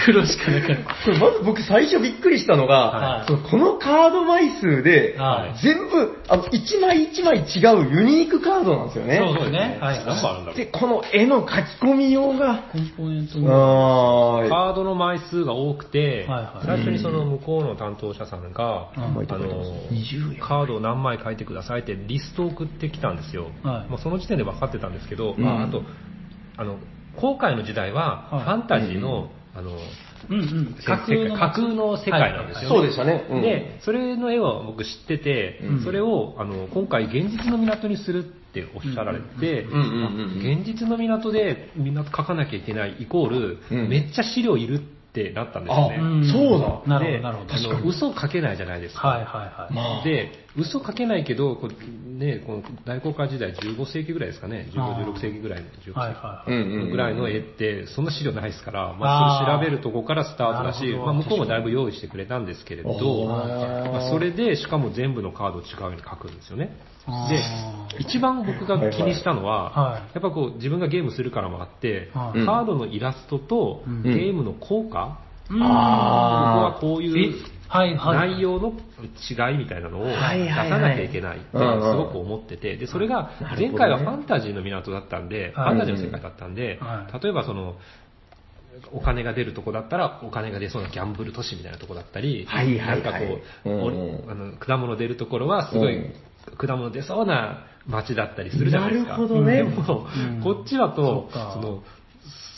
苦労しかなかった。これまず僕最初びっくりしたのが、はいそのこのカード枚数で、はい全部、あの、一枚一枚違うユニークカードなんですよね。そうですね。はいはい。何もあるんだろで、う。この絵の書き込み用が、コンポーネントの。あーカードの枚数が多くて、はいはい最初にその向こうの担当者さんが、うんあの20円カードを何枚書いてくださいってリストを送ってきたんですよ、はいまあ、その時点で分かってたんですけど、うんまあ、あとあの後悔の時代はフはいァンタジーの,、あのうんうん。せ世界架空の世界なんですよねそうでしたね。うんでそれの絵は僕知ってて、うんそれをあの今回現実の港にするっておっしゃられて、うんうんうんうん現実の港で港書かなきゃいけないイコール、うんめっちゃ資料いるってなったんですあよね。うんそうだ。なるほど、なるほど。であの嘘書けないじゃないですか。はいはいはい。まあ、で、嘘書けないけど、こうね、この大航海時代15世紀ぐらいですかね、あー15、16世紀ぐらいの、16世紀、はいはいうんはい。うんうんぐらいの絵って、そんな資料ないですから、まあ、それあー調べるとこからスタートだし、なるほどまあ、向こうもだいぶ用意してくれたんですけれど、あーまあそれで、しかも全部のカードを違うように書くんですよね。あーで、一番僕が気にしたのはは、いはいはいやっぱこう、自分がゲームするからもあって、はいカードのイラストと、うんゲームの効果、うんあー僕はこういうえはいはい。内容の違いみたいなのを出さはいはいはいなきゃいけないってすごく思ってて、で、それがなるほどね前回はファンタジーの港だったんで、フはいァンタジーの世界だったんでは、い例えばその、お金が出るとこだったら、お金が出そうなギャンブル都市みたいなとこだったり、はいはいはいなんかこう、うんおうんあの果物出るところはすごいうん果物出そうな街だったりするじゃないですか。なるほどねでもうんこっちだそとっか、その、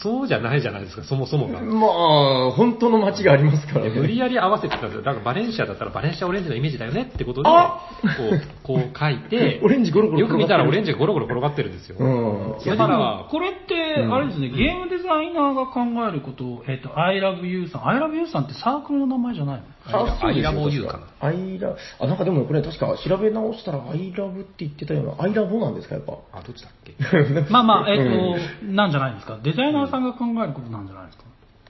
そうじゃないじゃないですか、そもそもが。まあ、本当の街がありますからで ね。無理やり合わせてたんですよ。だからバレンシアだったらバレンシアオレンジのイメージだよねってことで、こあう、こう書いて 、オレンジゴロゴロよく見たら転がってるオレンジがゴロゴロ転がってるんですよ。うん。だから、これって、あれですね、ゲームデザイナーが考えることを、えっ、と、I love you さん。I love you さんってサークルの名前じゃないのあ、そうですアイラボを言うかなアイラ、あ、なんかでもこれ確か調べ直したらアイラブって言ってたような、アイラボなんですか、やっぱ。あ、どっちだっけまあまあ、えっ、と、なんじゃないですか。デザイナーさんが考えることなんじゃないですか。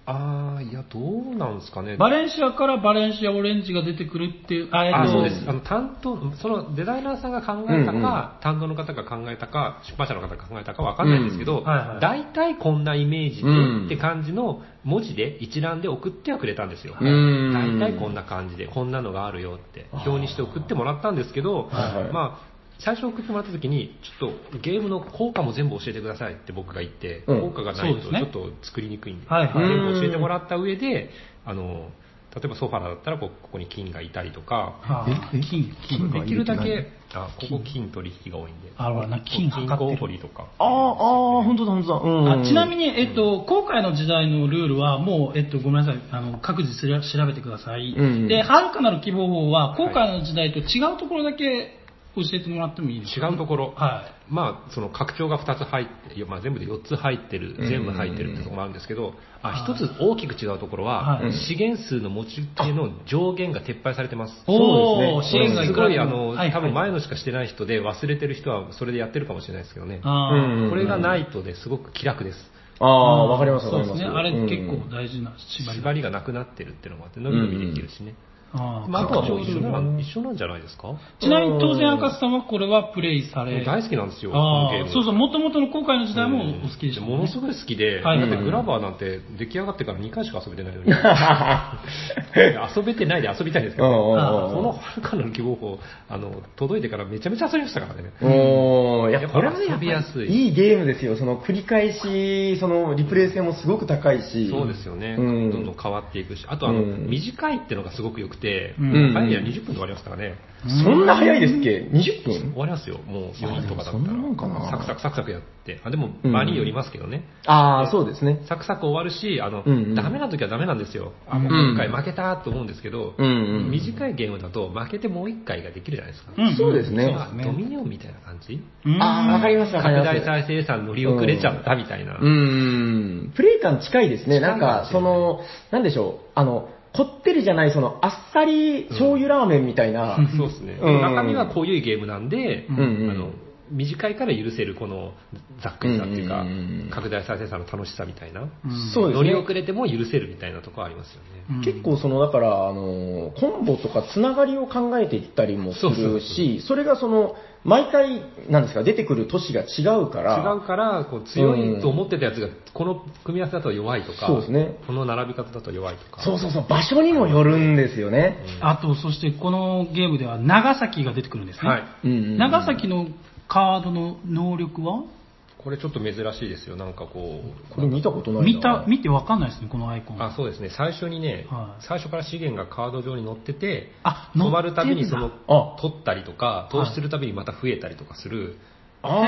あー、いや、どうなんですかね。バレンシアからバレンシアオレンジが出てくるっていう、あ、えっ、あと、そうです。あの、担当、そのデザイナーさんが考えたか、うんうん担当の方が考えたか、出版社の方が考えたかわかんないんですけど、うんはいはい大体こんなイメージで、うんって感じの文字で一覧で送ってはくれたんですよ。うん大体こんな感じで、こんなのがあるよって、あー表にして送ってもらったんですけど、はいはいまあ、最初送ってもらった時に、ちょっとゲームの効果も全部教えてくださいって僕が言って、うん効果がないとそうちですねょっと作りにくいんで、はいはい全部教えてもらった上で、あの、例えばソファーだったらこここに金がいたりとか、あー金、金できるだ金け、あ、ここ金取引が多いんで。あほらな金測ってる金掘りとか。あーあー、本当だ、本当だ。うんあちなみに、えっと、今回の時代のルールは、もう、えっと、ごめんなさい、あの各自すりゃ調べてください、うんうんで、はるかなる希望法は、今回の時代と違うところだけ教えてもらってもいいですか違うところ。はまあ、その拡張が2つ入って、いやまあ、全部で4つ入ってる、全部入ってるってところもあるんですけど、あ1つ大きく違うところは、はい資源数の持ち手の上限が撤廃されてます。おーそうですね支援がすくらごでい、あもの、はいはい多分前のしかしてない人で忘れてる人はそれでやってるかもしれないですけどね。あー、うんこれがないとね、すごく気楽です。ああ、わかります、そわうでかりすます。ね、あれうん結構大事な縛り縛りがなくなってるっていうのもあって、伸び伸びできるしね。あーまあ、あとはもう一緒なうん一緒なんじゃないですかちなみに当然、赤瀬さんはこれはプレイされ、大好きなんですよ、このあゲーム。ーそうそう、もともとの今回の時代もお好きでしたももんのねすごい好きで、はいだってグラバーなんて出来上がってから2回しか遊べてないのに、遊べてないで遊びたいんですけど、うんうんうんこのはるかからの希望法、あの、届いてからめちゃめちゃ遊びましたから ね。おー、いいや、やこれこはれはややりやすいいいゲームですよ。その繰り返し、そのリプレイ性もすごく高いし。そうですよね、うんどんどん変わっていくし、あとあの、うん短いってのがすごく良くて、うん早いや20分とかありますからね、そんな早いですっけ ?20 分終わりますよ、もう4人とかだあでもそんなもんっかた、らなサクサクサクサクやって、あでも、うん場によりますけどね、ああ、そうですね。サクサク終わるし、あの、うんうんダメな時はダメなんですよ、あもううん今回負けたと思うんですけど、うんうん短いゲームだと、負けてもう1回ができるじゃないですか、うんそうですねまあドミニオンみたいな感じ、うんああ、わかります、わかり拡ます。大再生産乗り遅れちゃったみたいな、うん、プレイ感近いですね。近いなんかで、すそよねの、なんでしょう、あの、こってりじゃない、その、あっさり醤油ラーメンみたいな、そうですね、うん中身はこういうゲームなんで、んうんあの短いから許せるこのざっくりさっていうか、うんうんうん拡大再生産の楽しさみたいな、そうです乗ねり遅れても許せるみたいなとこありますよね。うん結構その、だから、あの、コンボとかつながりを考えていったりもすそうそうそうるし、それがその、毎回、なんですか、出てくる都市が違うから、違うから、こう強いと思ってたやつが、この組み合わせだと弱いとか、そうですねこの並び方だと弱いとか、そうそうそう、場所にもよるんですよね。あと、そしてこのゲームでは長崎が出てくるんですね。はいうんうんうん長崎のカードの能力はこれちょっと珍しいですよ、なんかこう、これ見たことないな見た、見てわかんないですね、このアイコン。あそうですね、最初にね、はい最初から資源がカード上に載ってて、あ止まるたびにそ乗っのてんあ取ったりとか、投資するたびにまた増えたりとかする、あへーー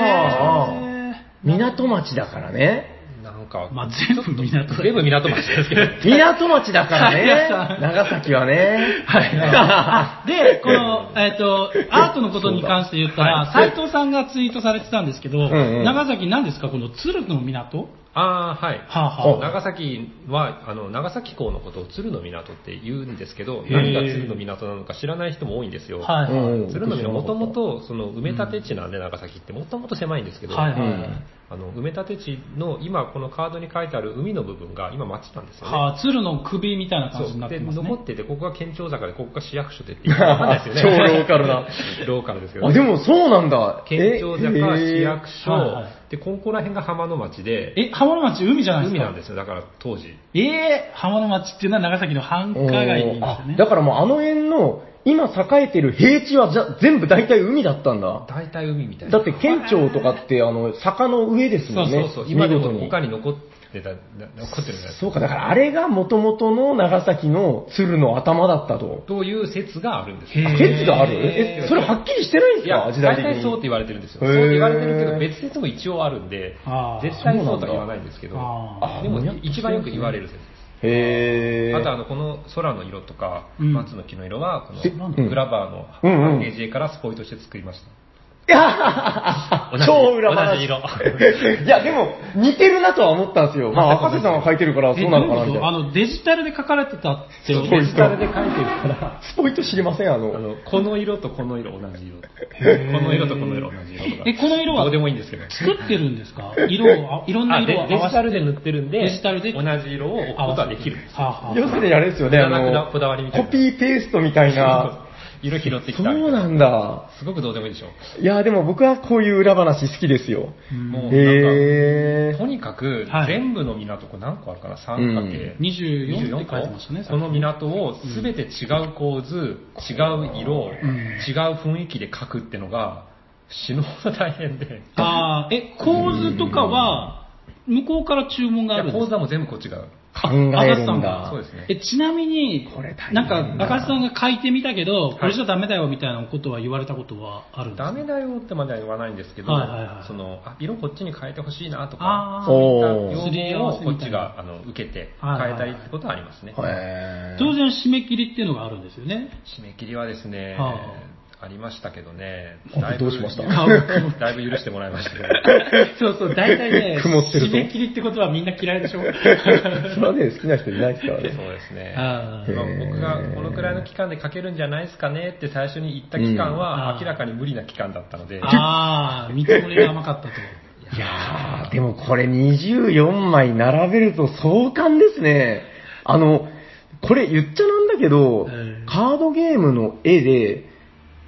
あー、港町だからね。なんか、まあ、全部港全部港町で すけど、港町だからはいね。長崎はね。あで、この、えっ、と、アートのことに関して言ったら、そうだ斎はい、藤さんがツイートされてたんですけど、んうん長崎何ですかこの鶴の港ああ、はい。はあはあ長崎は、あの、長崎港のことを鶴の港って言うんですけど、へえ何が鶴の港なのか知らない人も多いんですよ。はいはい。うん鶴の港、もともと、その、埋め立て地なんで、長崎って、もともと狭いんですけど、はいはい。うんあの、埋め立て地の、今、このカードに書いてある海の部分が、今、町なんですよね。はあ、鶴の首みたいな感そじになう。ってで、ます残ね。ってて、ここが県庁坂で、ここが市役所 でっていう、わかんないですよ超ね。ローカルな。 ローカルですけど、あ、でもそうなんだ。県庁坂、市役所、はいはいで、ここら辺が浜の町で、え、浜野町海じゃないです海かなんですよ、だから当時。えー、浜野町っていうのは長崎の繁華街にいまあすね。だからもうあの辺の、今栄えてる平地はじゃ全部大体海だったんだ。大体海みたいだな。って県庁とかって、あの、坂の上ですそもうんね。そうそう、今で見も事に他に残ってた、な残ってるじゃないですか。そうか、だからあれが元々の長崎の鶴の頭だったと。という説があるんですへあー説があるえ、それはっきりしてないんでいすかや、時代大的体に。そうって言われてるんですよ。へそーう言われてるけど、別説も一応あるんであ、ー絶対そうとは言わないんですけど、あーでも一番よく言われる説です。へー。あとあの、この空の色とか、うん松の木の色は、こえのグラバーのうんうんパッケージ絵からスポイトして作りました。いや同じ超裏話。同じ色 いや、でも、似てるなとは思ったんですよ。まあ、赤瀬さんが書いてるから、えそうなのかどな、みういたいうことあな。の、デジタルで書かれてたってそうことデジタルで書いて るから、スポイト知りません、あの。あの、この色とこの色同じ色。こへーの色とこの色同じ色とか。え、この色はどうでもいいんですけど。作ってるんですか色を、あいろんな色をあでデ合わジせて。タルで塗ってるんで、デジタルで同じ色を置くこ合わとせはできるんですよ。はあはあ要するにあれですよね、無あ駄なくなの、こだわりみたいなコピーペーストみたいな。 色拾ってきそたみたいな。うなんだ。すごくどうでもいいでしょ。いや、でも僕はこういう裏話好きですよ。うんもうなんへか、とー。にかくはい、全部の港、これ何個あるかな ?3 うかんけ。 24って書いてましたねさっきこの港を全て違う構図、違う色、ん違う雰囲気で描くってのが、死ぬほど大変で。ああ、え、構図とかは、向こうから注文いがあやるんで講すか座も全部こっちが。考えるんあだそう。ですね。え、ちなみにこれ大、変なだんなか、赤瀬さんが書いてみたけど、これじゃダメだよみたいなことは言われたことはあるんですかダメだよってまでは言わないんですけど、はいはいはいそのあ色こっちに変えてほしいなとあーか、そういったおーすり要合わ望をせこみったいちながあの受けてはいはいは変えいたりってことはありますね。へ当然締め切りっていうのがあるんですよ ね。締め切りはですね、はありましたけどね、あどうしました だいぶ許してもらいました けど、そうそう、大体ね、曇ってる締とめ切りってことはみんな嫌いでしょー。それはね、好きな人いないですからね。そうですね。 あーまあ僕がこのくらいの期間で書けるんじゃないですかねって最初に言った期う間んは明らかに無理な期間だったので、ああ、見積もりが甘かったと。いやー、でもこれ24枚並べると壮観ですね。あの、これ言っちゃなんだけど、うんカードゲームの絵で、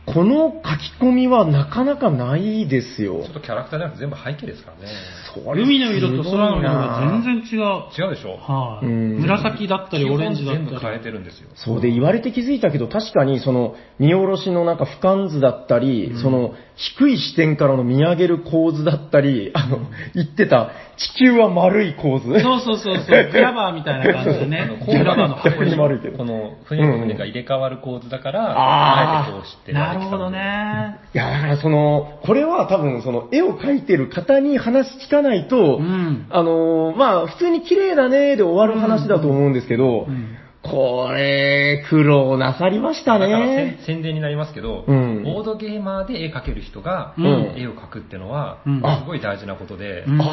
この書き込みはなかなかないですよちょっ。とキャラクターじゃなくて全部背景ですからね。それ海の色と空の色がすごいな全然違う。違うでしょはい、うん紫だったり、オレンジだ基本全った部変えり。てるんですよ。そうで言われて気づいたけど、確かにその見下ろしのなんか俯瞰図だったり、その低い視点からの見上げる構図だったり、あの、言ってた地球は丸い構図。そうそうそうそう、グラバーみたいな感じで あねの、そうグラバーの逆箱にに。丸いけどこの雰囲気が入れ替わる構図だから、あーあえてこうしてなるほど。ね。いや、だからその、これは多分その絵を描いてる方に話聞かないと、うん。あのーまあ、普通に綺麗だねで終わる話だと思うんですけど、うんこれ、苦労なさりましただから宣ね。宣伝になりますけど、うんボードゲーマーで絵描ける人がう、ん絵を描くってのは、うんすごい大事なことで、うんあ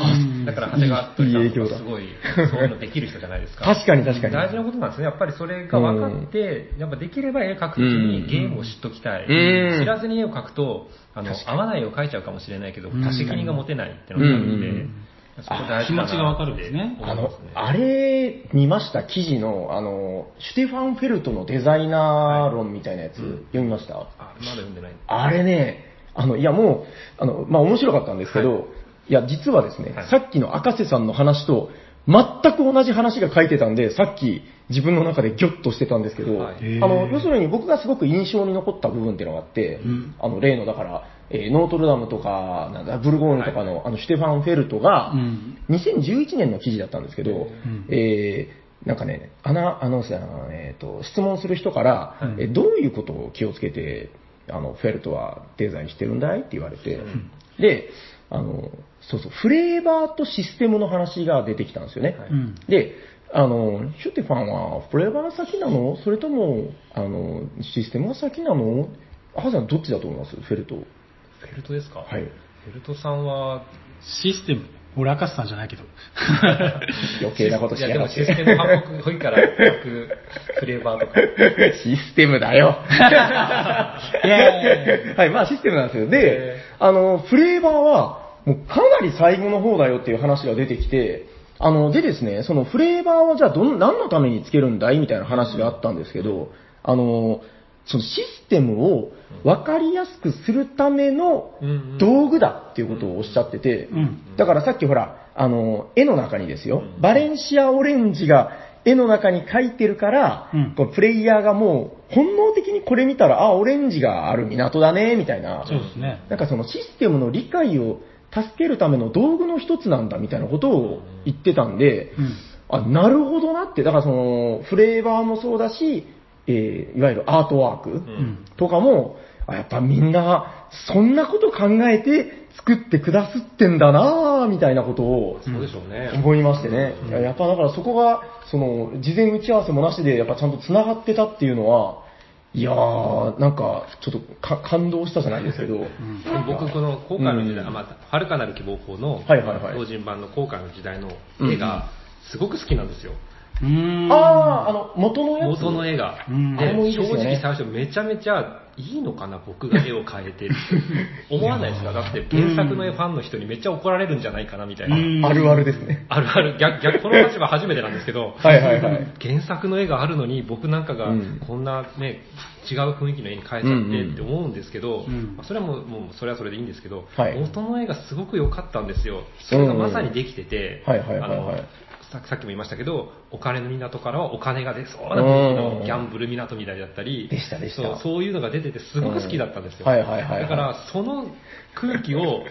だから長谷川といいり影響ださんすごい、そういうのできる人じゃないですか。確かに確かに。大事なことなんですね。やっぱりそれが分かって、やっぱできれば絵描くときうんにゲームを知っときたい。うん知らずに絵を描くと、あの、合わない絵を描いちゃうかもしれないけど、ん責任が持てないってのがあるんで、うんうんそこ大事だなっ気て持ちが分かるんですね思あいまのすね、あれ、見ました記事の、あの、シュテファン・フェルトのデザイナー論みたいなやつ、読みましたあまだ読んでない。あれね、あの、いやもう、あの、まあ、面白かったんですけど、、はいや、実はですね、はいさっきの赤瀬さんの話と、全く同じ話が書いてたんで、さっき自分の中でギョッとしてたんですけど、はいあの、要するに僕がすごく印象に残った部分っていうのがあって、うんあの、例のだから、えーノートルダムとか、なんだ、ブルゴーニュとかの、あの、シュテファン・フェルトが、うん。 2011年の記事だったんですけど、んえーなんかね、アナアナウンサーが、えーと質問する人から、はいえどういうことを気をつけて、あのフェルトはデザインしてるんだいって言われて、んであの、そうそう、フレーバーとシステムの話が出てきたんですよね。はいうん。で、あの、シュテファンはフレーバーが先なのそれとも、あの、システムが先なの母さんどっちだと思いますフェルト。フェルトですかはいフェルトさんは、システム。俺、赤瀬さんじゃないけど。余計なことしいややでがもっシて。ステム反復多いから、各フレーバーとか。システムだ よ。いやいやいやはい、まあシステムなんですよ。でへ、あの、フレーバーは、もうかなり最後の方だよっていう話が出てきて、あの、でですね、そのフレーバーをじゃあどん、何のためにつけるんだいみたいな話があったんですけど、あの、そのシステムを分かりやすくするためのうんうん道具だっていうことをおっしゃっててう、ん。だからさっきほら、あの、絵の中にですよう、んバレンシアオレンジが絵の中に描いてるから、うんこうプレイヤーがもう本能的にこれ見たら、あ、オレンジがある港だね、みたいな、そうですね。なんかそのシステムの理解を助けるための道具の一つなんだ、みたいなことを言ってたんで、うん。あ、なるほどなって、だからその、フレーバーもそうだし、えーいわゆるアートワーク、うんうん。とかも、あやっぱみんな、そんなこと考えて作ってくだすってんだなぁ、みたいなことをそうでしょうね。思いましてね。うんいややっぱだからそこが、その、事前打ち合わせもなしで、やっぱちゃんと繋がってたっていうのは、いやー、なんか、ちょっとか感動したじゃないですけど、僕、この後悔の時代、うんあまあ、遥かなる希望法の、はいはいはい同人版の後悔の時代の絵が、すごく好きなんですよ。うーん。あー、あの、元のやつ元の絵が。うんあでれもいい正ですよね直最初めちゃめちゃ、いいのかな、僕が絵を変えてって。思わないですかだって原作の絵ファンの人にめっちゃ怒られるんじゃないかな、みたいな。うんあるあるですね。あるある、逆、逆、この立場初めてなんですけど、はいはいはい。原作の絵があるのに僕なんかがうんこんなね、違う雰囲気の絵に変えちゃってって思うんですけど、うんまあそれはもうもうそれはそれでいいんですけど、はい元の絵がすごく良かったんですよ。それがまさにできてて、うんはいはいはいはいあのささっきも言いましたけど、お金の港からはお金が出そうな雰囲気うんのギャンブル港みたいだったり、でしたでしたそうそういうのが出ててすごく好きだったんですよ。うんはいはいはいはいだからその空 気を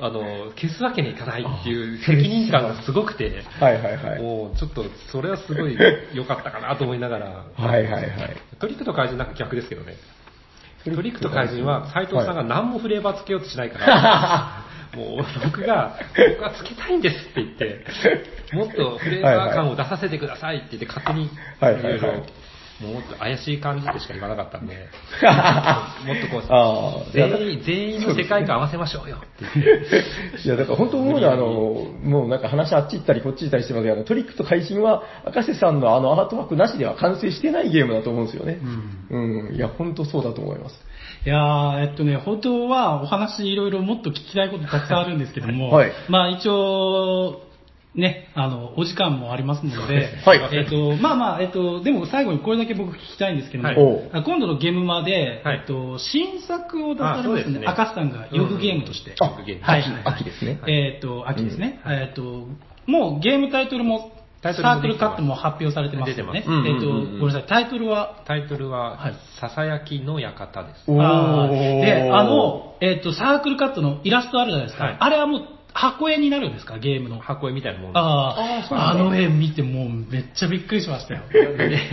あの消すわけにいかないっていう責任感がすごくて、はいはいはい。もうちょっとそれはすごい良かったかなと思いながら、はいはいはい。 トリックと怪人なんか逆ですけどね。トトリックリックと怪人は斎藤さんが何もフレーバーつけようとしないから、もう僕が、僕はつけたいんですって言って、もっとフレーバー感を出させてくださいって言って勝手に、はいはいはいもうもっと怪しい感じでしか言わなかったんで、もっとこあーう、全員、全員の世界観合わせましょうよって言って。いや、だから本当思うのは、あの、もうなんか話あっち行ったりこっち行ったりしてますけどあの、トリックと会心は、赤瀬さんのあのアートワークなしでは完成してないゲームだと思うんですよね。うん。いや、本当そうだと思います。いやー、えっとね、本当はお話いろいろもっと聞きたいことたくさんあるんですけども、はいまあ一応、ね、あの、お時間もありますので、 はいえっ、と、まあまあ、えっ、と、でも最後にこれだけ僕聞きたいんですけども、はおい今度のゲームマで、はいえっと、新作を出されあそうまですすね、ね赤須さんがヨグゲームとして。あ僕ゲームはい秋秋ですね。えっと、秋ですね。えっと、もうゲームタイトルも、タイトルサーもクできルてますカットも発表されてますよね。出てますえっと、ごうんうんうんうんめんなさい、タイトルは、タイトルははい、ささやきの館です。おーあーで、あの、えっと、サークルカットのイラストあるじゃないですか。はいあれはもう箱絵になるんですか、ゲームの。箱絵みたいなもんでああーそうあ、なあんだの絵見てもうめっちゃびっくりしま したよ。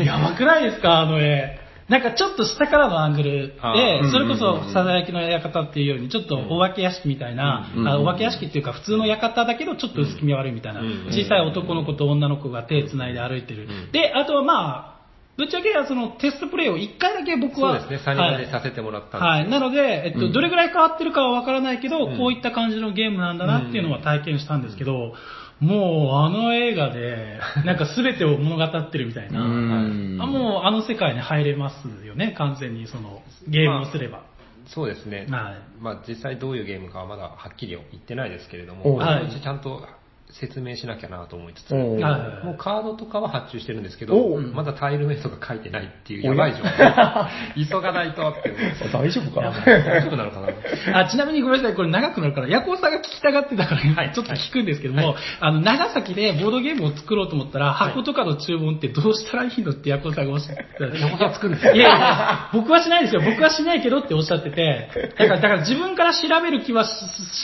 やばくないですか、あの絵。なんかちょっと下からのアングルであー、それこうんうんうんうそ、んさやきの館っていうように、ちょっとお化け屋敷みたいな、うんうんうんあお化け屋敷っていうか普通の館だけど、ちょっと薄気味悪いみたいな、うんうん小さい男の子と女の子が手繋いで歩いてる。うんで、あとはまあ、ぶっちゃけそのテストプレイを1回だけ僕そうは、ですね、サニバはいでさせてもらったんですけはい、などので、えっとうんどれぐらい変わってるかはわからないけど、うんこういった感じのゲームなんだなっていうのは体験したんですけど、もうあの映画で、なんか全てを物語ってるみたいな、うんあもうあの世界に入れますよね、完全にそのゲームをすれば。そうですね、はいまあ、実際どういうゲームかはまだはっきり言ってないですけれどおも、うまあはいちゃんと説明しなきゃなと思いつつ、おうはいもうカードとかは発注してるんですけおど、うまだタイルの絵とか書いてないっていうおややばい状 況、急がないとって思う大丈夫かな大丈夫なのかなあちなみにごめんなさい、これ長くなるから、ヤコウさんが聞きたがってたから、ちょっと聞くんですけども、あの、長崎でボードゲームを作ろうと思ったら、箱とかの注文ってどうしたらいいのってヤコウさんがおっしゃってた。ヤコさん作るんですかいやいや、僕はしないですよ。僕はしないけどっておっしゃってて、だから、だから自分から調べる気はし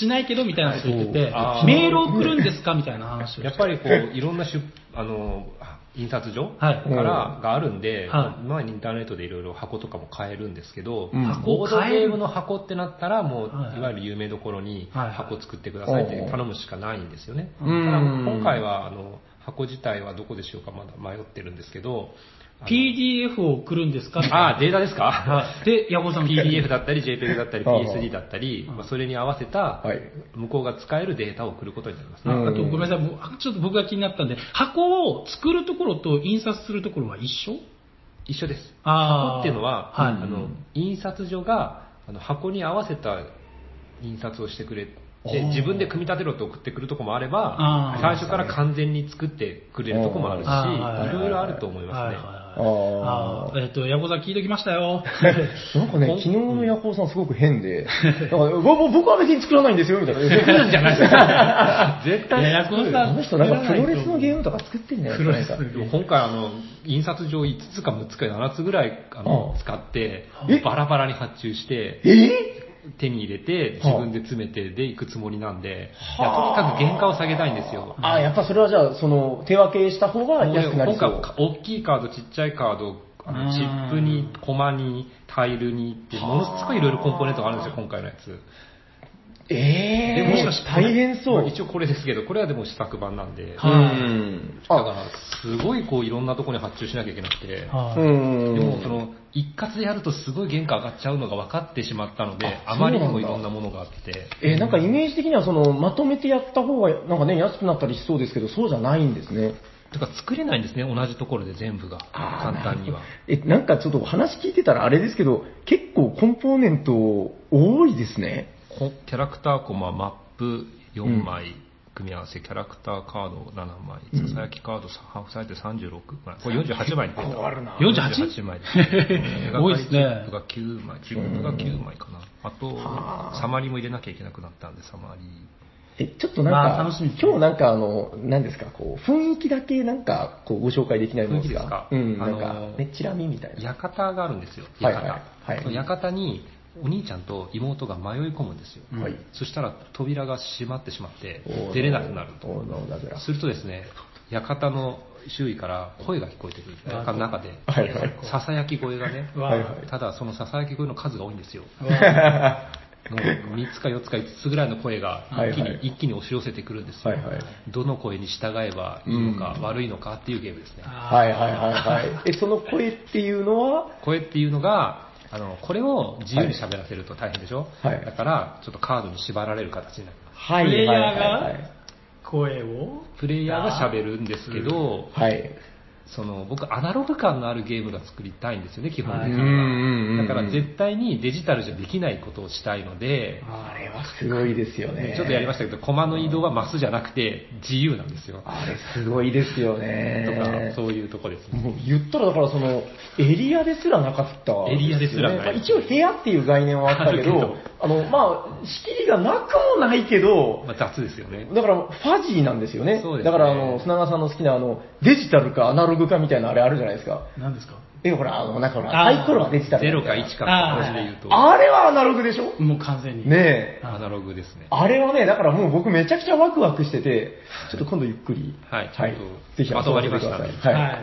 しないけどみたいなこと言っててあ、ーメールを送るんですかみたいな話をやっぱりこういろんな出あの印刷所はいからがあるんで、はまあ、インターネットでいろいろ箱とかも買えるんですけど、うん箱ボード買えるゲームの箱ってなったらもう、はいい、わゆる有名どころにはい箱作ってくださいって頼むしかないんですよね、うんただ今回はあの箱自体はどこでしようかまだ迷ってるんですけどあの PDF を送るんですかみたいなあーデータですかで、ヤコウさん PDF だったり JPEG だったりああ PSD だったり、まあ、それに合わせたはい向こうが使えるデータを送ることになりますね、ああと、ごめんなさい、もうあちょっと僕が気になったんで、箱を作るところと印刷するところは一緒一緒です。あー箱っていうのは、はいあの印刷所があの箱に合わせた印刷をしてくれてあー、自分で組み立てろって送ってくるとこもあればあー、最初から完全に作ってくれるとこもあるあーはいし、いろいろあると思いますね。あああ、えっ、と、ヤコウさん聞いときましたよ。 なんかね、昨日のヤホーさんすごく変で、なんかぼぼ僕は別に作らないんですよ、みたいな。作るんじゃない 絶いや対ヤコウさん、あの人なんかプロレスのゲームとか作ってんじゃないですか。プロレスでも今回あの、印刷所5つか6つか7つぐらいあのあー使ってえ、バラバラに発注して、え手に入れて、はあ自分で詰めてで行くつもりなんで、いやはあとにかく原価を下げたいんですよ。あ、やっぱそれはじゃあ、その、手分けした方が安くなり今そ回う。大きいカード、ちっちゃいカード、あうのんチップに、コマに、タイルにって、ものすごいいろいろコンポーネントがあるんですよ、今回のやつ。ええでもしかして大変そまうあ。一応これですけど、これはでも試作版なんで、はだうん。からあ、、すごいこういろんなところに発注しなきゃいけなくて、はう いん。でもその、一括でやるとすごい原価上がっちゃうのが分かってしまったので、ああまりにそうなもいんだろんなものがあって、えーなんかイメージ的にはその、まとめてやった方が、なんかね、安くなったりしそうですけど、そうじゃないんですね。だから作れないんですね、同じところで全部が、あー簡単には。え、なんかちょっと話聞いてたらあれですけど、結構コンポーネント多いですね。こキャラクターコマ、マップ4枚、組み合わせ、キャラクターカード7枚、うんささやきカードハーフサイズ36枚、これ48枚に増えた。な 48? 48枚ですね多いですチね ップ。が9枚、チップが9枚かな。あはあと、サマリーも入れなきゃいけなくなったんで、サマリー。え、ちょっとなんか、あー楽しみですね今日なんかあの、何ですか、こう、雰囲気だけなんか、こう、ご紹介できないものですか雰囲気うん、ですかなんか、あのーね、チラ見みたいな。館があるんですよ、はい館。はいはいその館に、お兄ちゃんと妹が迷い込むんですよ。うんはい。そしたら扉が閉まってしまっておー、出れなくなると。おーなおだぐらするとですね、館の周囲から声が聞こえてくる。館の中で。はいはいささやき声がね。わあはいはいただ、そのささやき声の数が多いんですよ。わもう3つか4つか5つぐらいの声がはい一気に,、はい一気に押し寄せてくるんですよ、はいはいどの声に従えばいいのか、うん悪いのかっていうゲームですね。あはいはいはい はい。え、その声っていうのは、声っていうのが、あのこれを自由に喋らせると大変でしょ、はいだから、ちょっとカードに縛られる形になります。はプレイいヤはいーはが声をプレイヤーが喋るんですけど、いはい。はい。その僕アナログ感のあるゲームが作りたいんですよね基本的はにいうんうんうんうはんだから絶対にデジタルじゃできないことをしたいのであれはすごいですよね。ちょっとやりましたけど駒の移動はマスじゃなくて自由なんですよとあれすごいですよかね。そういうとこですねもう言ったらだからそのエリアですらなかった、エリアですらないまあ一応部屋っていう概念はあったけ あるど、あの、まあ、仕切りがなくもないけど、まあ雑ですよねだからファジーなんですよね。そうですだねからあの、砂川さんの好きなあの、デジタルかアナログかみたいなあれあるじゃないですか。何ですかえ、ほら、あの、なんかほら、あーサイコロがデジタル。 0か1かあーって感じで言うとあれはアナログでしょもう完全に。ねえ。アナログですねあれはね、だからもう僕めちゃくちゃワクワクしてて、ちょっと今度ゆっくり、はいちょっとぜひ遊まとまりんでまくしだたさい。ねはい。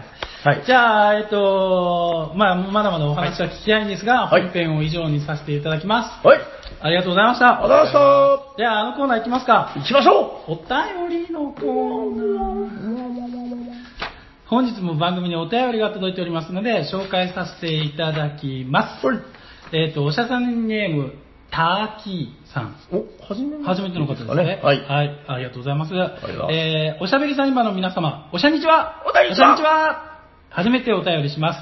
はい。じゃあ、えっと、まあ、まだまだお話は聞きたいんですが、はい本編を以上にさせていただきます。はい。ありがとうございました。ありがとうございまじゃあ、あのコーナー行きますか。した。行きましょお便りのコーナー。本日も番組にお便りが届いておりますので、紹介させていただきます。えっ、と、おしゃさんネーム、ターキーさん。うお、初め初めての方ですね。はい。ありがとうございます。りがとうえーおしゃべりサニバの皆様、おしゃにちはおしゃにちはおしゃは初めてお便りしま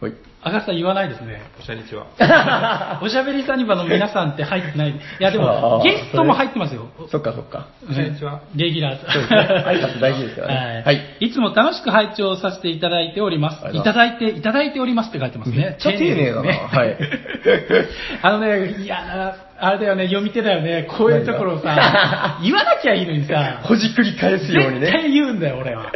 す。はい。赤瀬さん言わないですね。おしゃにちはおしゃべりサニバの皆さんって入ってない。いや、であも、ーゲストも入ってますよ。そっかそっか。おしゃにちはレギュラーそうですね。挨拶大事ですからね。はい。い。いつも楽しく拝聴させていただいております。ありいがとたうごだいて、いただいておりますって書いてますね。めっちゃ丁寧だな。は丁寧いですね。 あのね、いやな、あれだよね、読み手だよね、こういうところをさ、言わなきゃいいのにさ、ほじくり返すように絶ね。対言うんだよ、俺は。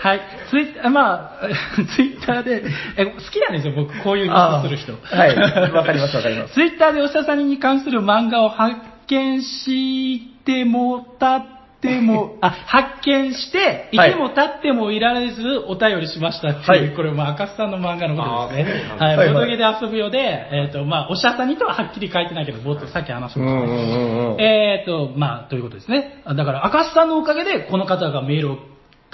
はい。ツイッター、まあ、 ツイッターで、え好きなんですよ、僕、こういうのあーする人。はいわかりますわかりますツイッターでおしゃさんに関する漫画を発見してもたっても、あ、発見して、いはいてもたってもいられずお便りしましたっていう、はいこれ、まあ、赤須さんの漫画のことですねあーそうなん。だはい。はいはいボトゲで遊ぶよで、えっ、と、まあ、おしゃさんにとははっきり書いてないけど、冒頭さっき話しうんまうしたね。んうんうん。えーと、まあ、ということですね。あだから、赤須さんのおかげで、この方がメールを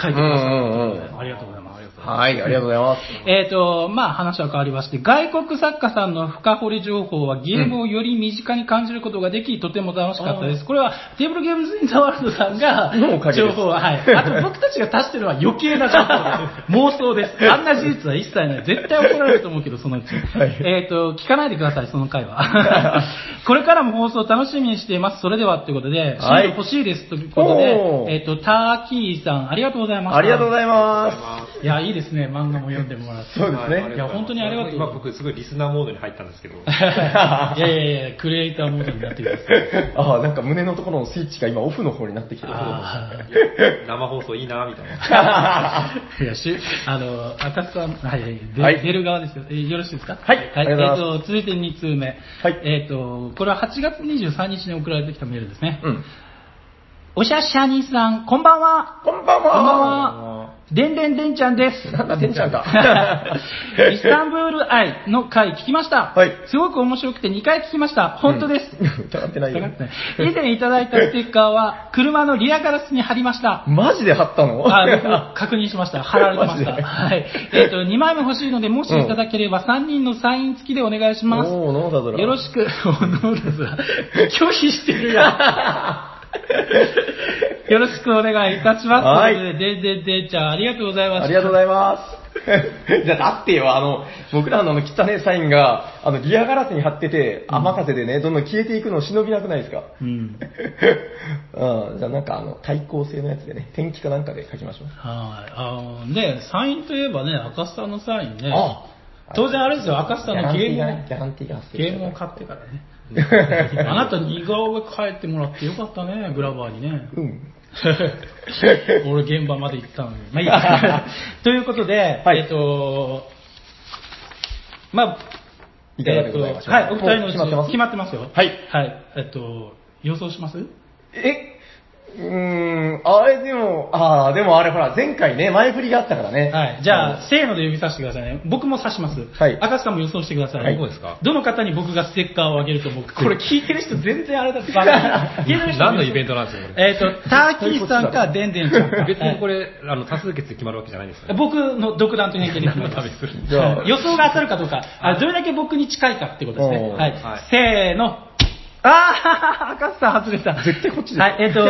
書いてくださったということうんうんうで、ありがとうございます。はい、ありがとうございます。えーと、まあ、話は変わりまして、外国作家さんの深掘り情報はゲームをより身近に感じることができ、とても楽しかったです。これは、テーブルゲームズ・イン・ザ・ワールドさん がのおか、げ情です報は、 はい。あと、僕たちが足してるのは余計な情報です。妄想です。あんな事実は一切ない。絶対怒られると思うけど、そのうち。はいえっ、と、聞かないでください、その回 は。これからも放送楽しみにしています。それでは、ということで、シはいール欲しいです、ということで、おーえっ、と、ターキーさん、ありがとうございました。ありがとうございおまはようございますいや、いいですね。漫画も読んでもらって。す。そうですはね。いや本当にありがとう今僕すごいリスナーモードに入ったんですけど。 いやいやいや、クリエイターモードになってください。ああ、なんか胸のところのスイッチが今オフの方になってきてる。あいや生放送いいなみたいな。ーいや、しあの、赤須さん、はい、はいではい出る側ですよ。えよろしいですかはいはあい、りえっ、がとうございと、続いて2通目。はいえっ、と、これは8月23日に送られてきたメールですね。うん。おしゃしゃにさん、こんばんは。こんばんは。こんばんは。でんでんでんちゃんです。なんだ、てんちゃんか 。イスタンブール愛の回聞きました。はいすごく面白くて2回聞きました。本当です。うん疑ってないよ。以前いただいたステッカーは、車のリアガラスに貼りました。マジで貼ったのあ、僕確認しました。貼られてまし マた。ジではい。えっ、 と、2枚も欲しいので、もしいただければ3人のサイン付きでお願いします。おー、ノーダドラ。よろ しく、おノーダズは 拒否してる やん。よろしくお願いいたします。はいとうことで、でんでんでんちゃん、ありがとうございました。ありがとうございます。じゃあ、だってよ、あの、僕らのあの汚ねサインが、あの、リアガラスに貼ってて、雨風でね、どんどん消えていくのを忍びなくないですかうん。 うん、じゃあなんかあの、対抗性のやつでね、天気かなんかで書きましょう。はい。あの、で、サインといえばね、赤須さんのサインね。あ当然あれですよ、赤須さんのゲーギャラムンティーがねギャランティーが発生ゲームを買ってからね。あなた似顔絵描いてもらってよかったね、グラバーにね。うん。 俺現場まで行ったのに。まあいい やということで、はいえっ、と、まあ、いかがでございましょうえっとはい、お二人のうちもう決まってます決まってますよ。はい。はい。えっと、予想しますえうーん、あれでも、ああ、でもあれほら、前回ね、前振りがあったからね。はい。じゃあ、あせーので指さしてくださいね。僕も指します。はい赤瀬さんも予想してください。はいどうですかどの方に僕がステッカーをあげると思うこれ聞いてる人全然あれだ ってバカ。聞いてる人 何のイベントなんですかこれ。えっと、ターキーさんか、でんでんちゃんか。別にこれ、あの、多数決で決まるわけじゃないん ですよね。僕の独断と偏見で決め何のまたすめにするじゃあ予想が当たるかどうか、あどれだけ僕に近いかってことですね。おーはいはい。せーの。あー、赤スター外れた。絶対こっちですはい、えっ、 と、ス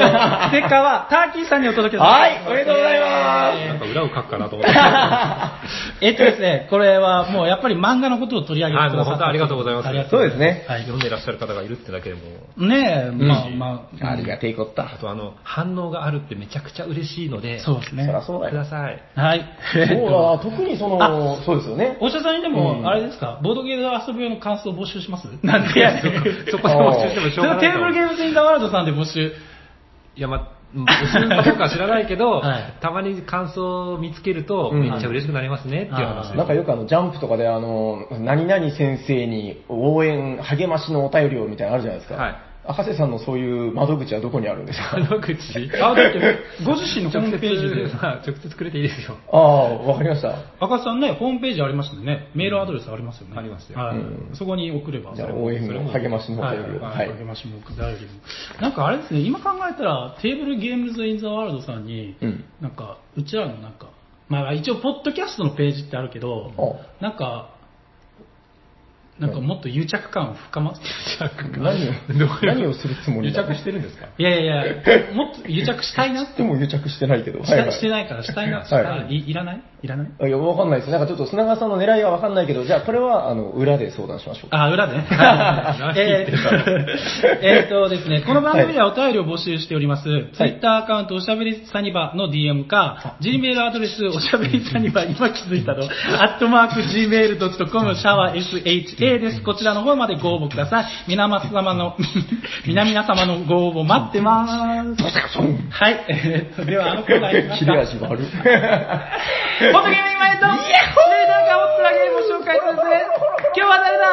テッカーはターキーさんにお届けします。はい、おめでとうございなんまか裏を書くかなと思って。はす。えっとですね、これはもうやっぱり漫画のことを取り上げてい、くもうださ本っ当た。ありがとうございます。ありがす。とそうですね。はい、読んでいらっしゃる方がいるってだけでも、ねえ、まあうんまあ、ありがてえこった。あとあの、反応があるってめちゃくちゃ嬉しいので、そうですそりねゃ。そうだく だよ。さい。はい。そうえっとだ、特にそあの、そうですよね。お医者さんにでうも、んあれですか、ボードゲーム遊ぶ用の感想を募集しますなんで そこで募集してもしそょうがのないテーブと思うルゲームズインザワールドさんで募集。いや、まあ、うん募集かどうかは知らないけど、はいたまに感想を見つけると、うんめっちゃ嬉しくなりますねっていあう話ーでなすんかよくあの、ジャンプとかであの、何々先生に応援、励ましのお便りをみたいなのあるじゃないですか。はい赤瀬さんのそういう窓口はどこにあるんですかあ の口、あ、だって、ご自身のホー直ムページ接で、、まあ、直接く れていいですよ。ああ、わかりました。赤瀬さんね、ホームページありますんでね、メールアドレスありますよね。ありますよはいうんそこに送れば。じゃあ、それも応援の励ましのお便りを。ははい、い。励ましもお便りもなんかあれですね、今考えたら、テーブルゲームズ・イン・ザ・ワールドさんに、うん。なんか、うちらのなんか、まあ一応、ポッドキャストのページってあるけど、あなんか、なんかもっと癒着感を深まって、何を、何をするつもり癒な着のしてるんですか いやいやいや、もっと癒着したいなってでも癒着してないけど。したしてい。ないから、したいな、はいしたらい、いらないいらないあいや、わかんないです。なんかちょっと砂川さんの狙いはわかんないけど、じゃあこれは、あの、裏で相談しましょう。あ、 裏でね。何言ってんだろえーっとですね、この番組ではお便りを募集しております。Twitter アカウントおしゃべりサニバの DM か、Gmail アドレスおしゃべりサニバ今気づいた の、アットマーク Gmail.com シャワー SHA です。こちらの方までご応募ください。皆様 の、皆々様のご応募待ってます。はい、えーっと、ではあのコーナー行きます 切か。れ味悪い。ホットゲームに前と、レーダーがホットなゲームを紹介するぜ。今日は誰だ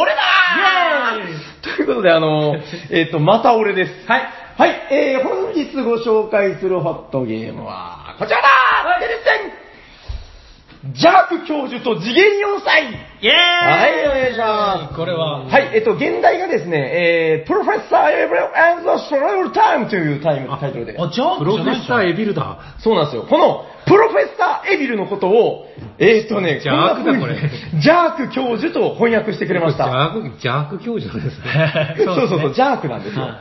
俺だイェーイということで、あの、えっと、また俺です。はい。はい、えー、本日ご紹介するホットゲームは、こちらだテレビ戦ジャーク教授と次元4歳イェーイはい、お願いします。これは、はい、えっと、現代がですね、えー、プロフェッサー・エブランド・ストライブル・タイムというタイムタイトルで。あ、ジャンププロじフゃェないッでしサょーエビルダそうなんですよ。この、プロフェッサー・エビルのことを、えー、っとね、ジャークだんな風にこジャーク教授と翻訳してくれました。ーク、ジャーク教授なんですね。 そうそうそう、ジャークなんですよ。は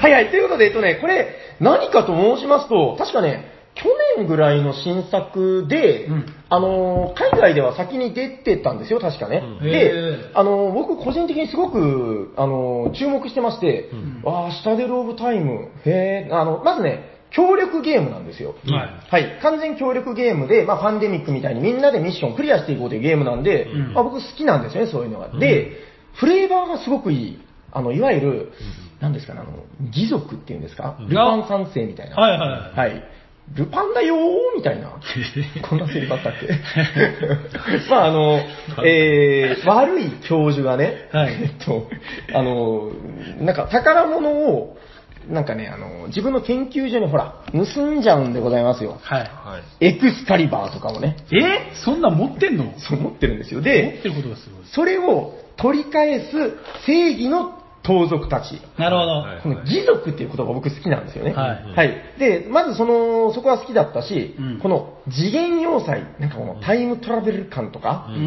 はいはい、ということで、えっとね、これ、何かと申しますと、確かね、去年ぐらいの新作で、うんあのー、海外では先に出てたんですよ、確かね。うんへでー、あのー、僕個人的にすごく、あのー、注目してまして、わあシタデル・オブ・タイム、へえ、あの、まずね、協力ゲームなんですよ。はいはい、完全協力ゲームで、まあ、パンデミックみたいにみんなでミッションクリアしていこうというゲームなんで、うんまあ、僕好きなんですよね、そういうのが。で、フレーバーがすごくいい。あの、いわゆる、なんですかね、あの、義族っていうんですか、ルパン三世みたいな。はいはいはいはい。ルパンだよーみたいな。こんなセリフあったっけ まああの、えー、悪い教授がね、はいえっと、あの、なんか宝物を、なんかね、あの、自分の研究所にほら、盗んじゃうんでございますよ。はい。はい。エクスカリバーとかをね、えそんなん持ってんの持そう思ってるんですよ。で、ってることがすごいです。それを取り返す正義の盗賊たち。なるほど。はいこの義族っていう言葉僕好きなんですよね。はいで、まずその、そこは好きだったし、うんこの次元要塞、なんかこのタイムトラベル感とか、ううん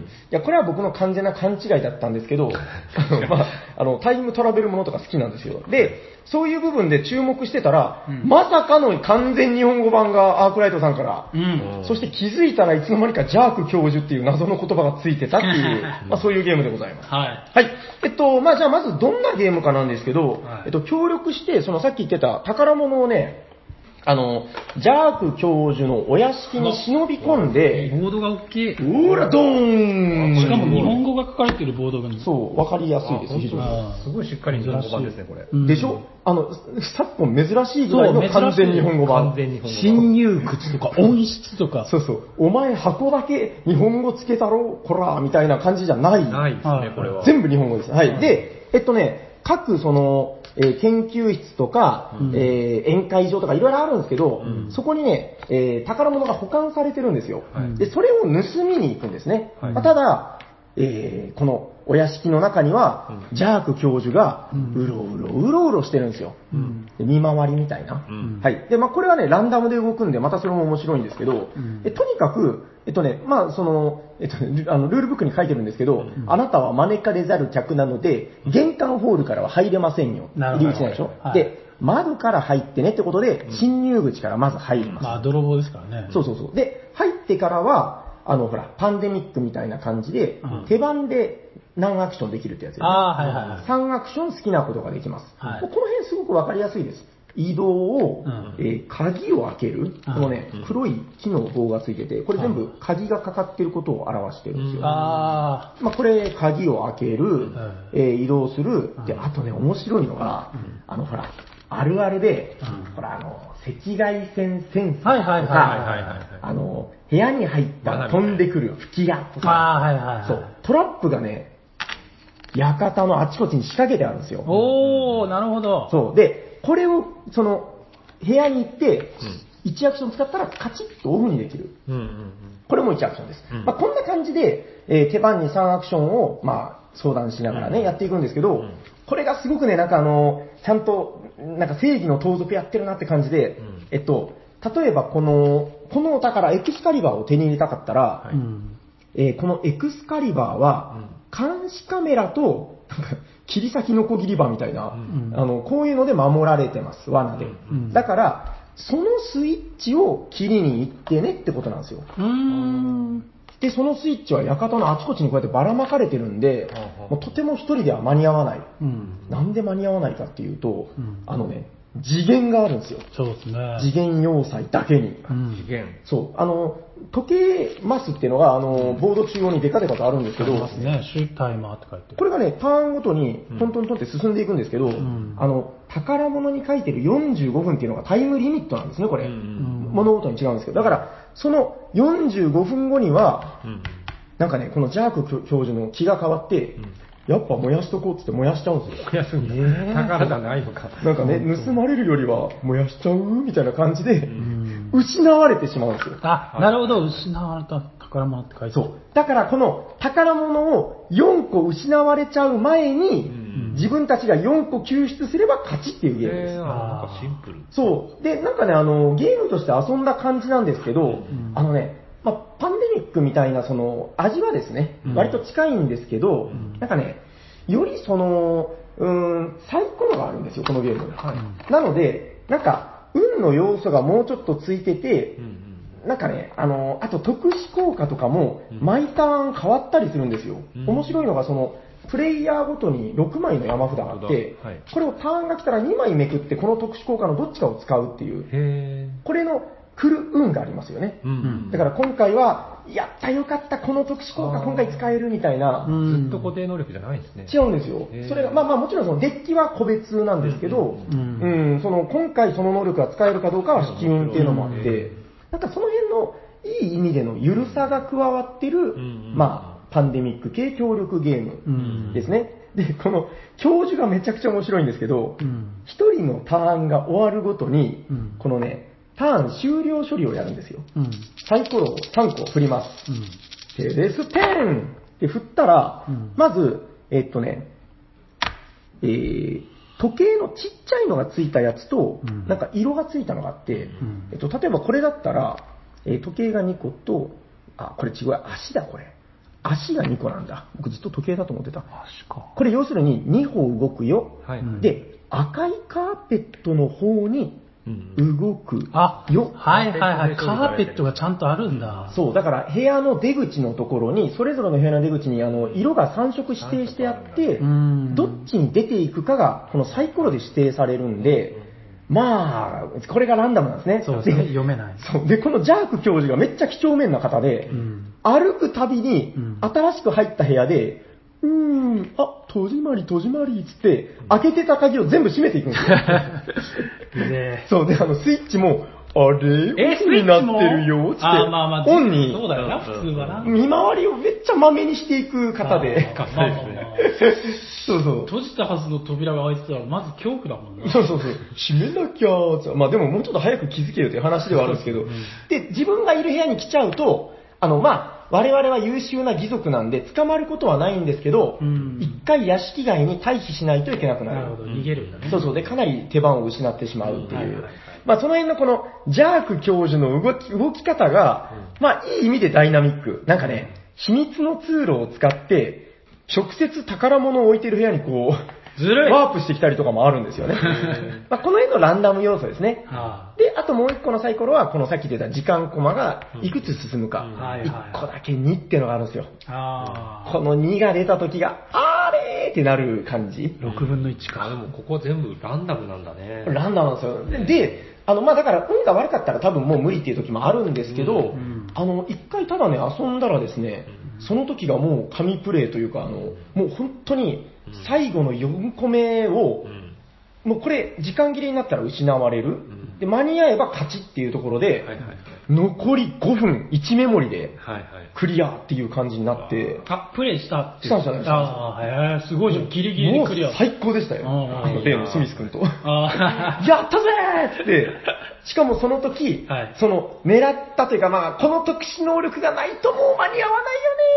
ん。いや、これは僕の完全な勘違いだったんです けど、あのまあ、あの、タイムトラベルものとか好きなんですよ。で、そういう部分で注目してたら、うんまさかの完全日本語版がアークライトさんからう、ん。そして気づいたらいつの間にかジャーク教授っていう謎の言葉がついてたっていう、 まあそういうゲームでございます。はい。はい。えっと、まあ、じゃあまずどんなゲームかなんですけど、はいえっと、協力して、そのさっき言ってた宝物をね、あの、ジャーク教授のお屋敷に忍び込んで、ボードが大きい。しかうーらどーんも日本語が書かれてるボードがに。そう、わかりやすいです、非常に。あーすごいしっかり日本語版ですね、これ。うんでしょあの、昨今珍しいぐらいの完全日本語版。完全日本語版。侵入口とか音質とか。そうそう。お前箱だけ日本語つけたろこらみたいな感じじゃない。ないですはいね、これは。全部日本語です。はい。はいで、えっとね、各その、えー研究室とか、うんえー宴会場とかいろいろあるんですけど、うんそこにね、えー宝物が保管されてるんですよ、はいで、それを盗みに行くんですね。はいまあただ、えーこのお屋敷の中には、ジャーク教授がうろうろうろうろしてるんですよ、で見回りみたいな、うんはいでまあ、これはねランダムで動くんでまたそれも面白いんですけど、んえとにかく、えっとねまあそのえっと、ルあのルールブックに書いてるんですけど、あなたは招かれざる客なので玄関ホールからは入れませんよなるほど入り口ないでしょ、はいで窓から入ってねってことで侵入口からまず入ります、まあ、泥棒ですからね。そうそうそう。で、入ってからは、あの、ほら、パンデミックみたいな感じで、うん手番で何アクションできるってやつよ、ああ、はいはいはい。 3アクション好きなことができます。はいもうこの辺すごくわかりやすいです。移動を、うんえー鍵を開ける、このね、黒い木の棒がついてて、これ全部鍵がかかってることを表してるんですよ。あまあ、これ、鍵を開ける、えー移動する、で、うんあとね、面白いのが、あの、ほら、あるあるで、うんほら、あの、赤外線センサーとか、はいはいはいはいはいはいあの、部屋に入ったら飛んでくる吹き矢とあ、まか、あ、はいはいはい。そう、トラップがね、館のあちこちに仕掛けてあるんですよ。おー、なるほど。そう。で、これを、その、部屋に行って、1アクション使ったらカチッとオフにできる。うんうんこれも1アクションです。うんまあ、こんな感じで、えー手番に3アクションを、まあ、相談しながらね、うんやっていくんですけど、んこれがすごくね、なんかあの、ちゃんと、なんか正義の盗賊やってるなって感じで、うんえっと、例えばこの、このお宝、エクスカリバーを手に入れたかったら、はういん。えーこのエクスカリバーは、監視カメラと、なんか切り裂きのこぎり場みたいな、んあの、こういうので守られてます、罠で。うんだから、そのスイッチを切りに行ってねってことなんですよ。うーん。で、そのスイッチは館のあちこちにこうやってばらまかれてるんでうんう、んもうとても一人では間に合わない。うん。なんで間に合わないかっていうとうん、あのね、次元があるんですよ。そうですね。次元要塞だけに。ううん。ん次。元。そう、あの、時計マスっていうのが、あの、ボード中央にデカデカとあるんですけありど、ますね。シュータイマーって書いてこる。れがね、ターンごとにうんトントントンって進んでいくんですけど、んあの、宝物に書いてる45分っていうのがタイムリミットなんですね、これ。うん物事に違うんですけど、だから、その45分後には、うんなんかね、このジャーク教教授の気が変わって、うんやっぱ燃やしとこうっつって燃やしちゃうん ですよ。お休みだ。えー宝じゃないのか。なんかね、盗まれるよりは燃やしちゃうみたいな感じで、うん。失われてしまうんですよ。あ、なるほど。失われた宝物って書いてる。そう。だからこの宝物を4個失われちゃう前に、うん自分たちが4個救出すれば勝ちっていうゲームです。えーなんかシンプル。そう。で、なんかね、あの、ゲームとして遊んだ感じなんですけど、んあのね、まあ、パンデミックみたいなその味はですね、うん割と近いんですけど、なんかね、よりその、うーん、サイコロがあるんですよ、このゲーム。なので、なんか、運の要素がもうちょっとついてて、うんうんなんかね、あの、あと特殊効果とかも、うん毎ターン変わったりするんですよ。うん面白いのが、その、プレイヤーごとに6枚の山札があって、なるほどはいこれをターンが来たら2枚めくって、この特殊効果のどっちかを使うっていう、へこれの来る運がありますよねー。。うんだから今回は、やったよかった、この特殊効果あー今回使えるみたいな、うんずっと固定能力じゃないんですね。違うんですよへ。ーそれが、まあまあもちろんそのデッキは個別なんですけど、うんう。うんん、その今回その能力が使えるかどうかは引き運っていうのもあってうん、なんかその辺のいい意味でのゆるさが加わってる、んまあ、パンデミック系協力ゲーうムん。ですね。で、この教授がめちゃくちゃ面白いんですけどう、ん。一人のターンが終わるごとにうん、このね、ターン終了処理をやるんですよ。うん。サイコロを3個振ります。うん。テレスペンって振ったら、うんまず、えっとね、えー時計のちっちゃいのがついたやつと、うんなんか色がついたのがあって、んえっと、例えばこれだったら、えー時計が2個と、あ、これ違う、足だ、これ。足が2個なんだ。僕ずっと時計だと思ってた。確か。これ要するに2歩動くよ。はい。うんで、赤いカーペットの方にうんうん動くあ、よ。はいはいはい。カーペットがちゃんとあるんだ。そう、だから部屋の出口のところに、それぞれの部屋の出口にあの色が3色指定してあってう、ん。どっちに出ていくかがこのサイコロで指定されるんで、まあ、これがランダムなんですね。そうですね。で読めない。そうで、このジャーク教授がめっちゃ几帳面な方で、うん。歩くたびにうん、新しく入った部屋で、うーん、あ、戸締まり、戸締まり、つって、開けてた鍵を全部閉めていくんですよ。 で、そう、で、あの、スイッチも、あれえオフになってるよ、つって、あ、まあまあ、オンに、そうだよな、普通はな。見回りをめっちゃまめにしていく方で。あーまあまあまあ そうそう。閉じたはずの扉が開いてたら、まず恐怖だもんな。そうそうそう。閉めなきゃーってまあでももうちょっと早く気づけよという話ではあるんですけど。で、自分がいる部屋に来ちゃうと、あの、まあ、我々は優秀な義族なんで捕まることはないんですけどうん、一回屋敷外に退避しないといけなくななるるほ。ど、逃げるんだね。そうそう、で、かなり手番を失ってしまうってはいいはいはうい。まあ、その辺のこの、ジャーク教授の動き、動き方が、まあ、いい意味でダイナミック。なんかね、秘密の通路を使って、直接宝物を置いてる部屋にこう、ずるいワープしてきたりとかもあるんですよね。 まあ、この辺のランダム要素ですね。あで、あともう一個のサイコロは、このさっき出た時間コマがいくつ進むか。あ、はい一個はだけ2ってのがあるんですよ。い。ああ、この2が出た時が、あれーってなる感じ。 6分の1あ、でか。もここ全部ランダムなんだね。ランダムなんですよ。で、あの、まあ、だから、運が悪かったら多分もう無理っていう時もあるんですけど、うんうんあの、一回ただね、遊んだらですね、その時がもう神プレイというか、あの、もう本当にん最後の4個目をう、ん。もうこれ、時間切れになったら失われる。んで、間に合えば勝ちっていうところで、はいはいはい。残り5分、1メモリではいはい。クリアっていう感じになって、あ、プレイしたって。したんじゃないですか。ああ、へえ、すごいじゃん。ギリギリもでうクリア。最高でしたよ。うんあの例のスミス君と。 あやったぜーって、しかもその時、はいその狙ったというか、まあ、この特殊能力がないともう間に合わないよね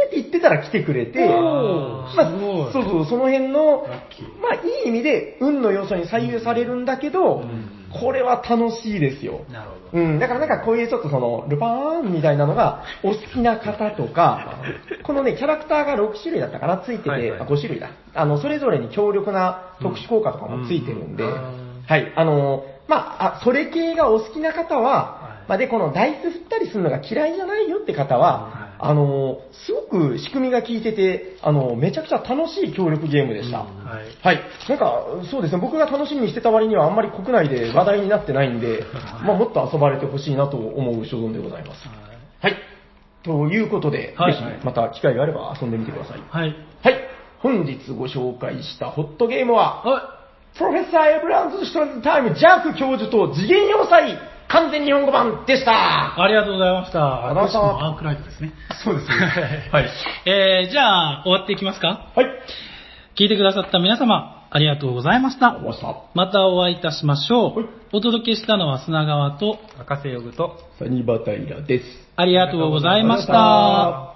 ーって言ってたら来てくれて、おーまあすごいそうそう、その辺のラッキー、まあ、いい意味で運の要素に左右されるんだけど、これは楽しいですよあ、。 なるほど。うん、だからなんかこういうちょっとその、ルパーンみたいなのが、お好きな方とか、このね、キャラクターが6種類だったかな、ついてて、はいはいあ5種類だ。あの、それぞれに強力な特殊効果とかもついてるんで、うんうんうんはい、あのーまあ、あ、それ系がお好きな方は、いまあ、で、このダイス振ったりするのが嫌いじゃないよって方は、あのーすごく仕組みが効いてて、あのーめちゃくちゃ楽しい協力ゲームでした。はい。はい。なんか、そうですね、僕が楽しみにしてた割にはあんまり国内で話題になってないんで、まあ、もっと遊ばれてほしいなと思う所存でございます。はい。ということで、はいぜひまた機会があれば遊んでみてください。はい。はい。本日ご紹介したホットゲームは、はプロフェッサー・エブランズ・ストレンタイム・ジャーク教授と次元要塞完全日本語版でした。い。ありがとうございました。ありがとうございましくたもアークライトですね。そうですね。はい。えー、じゃあ、終わっていきますか。はい。聞いてくださった皆様、ありがとうございましたあ。りがとうございました。またお会いいたしましょう。はいお届けしたのは砂川と、赤瀬ヨグと、サニバタイラです。ありがとうございまし。ありがとうございました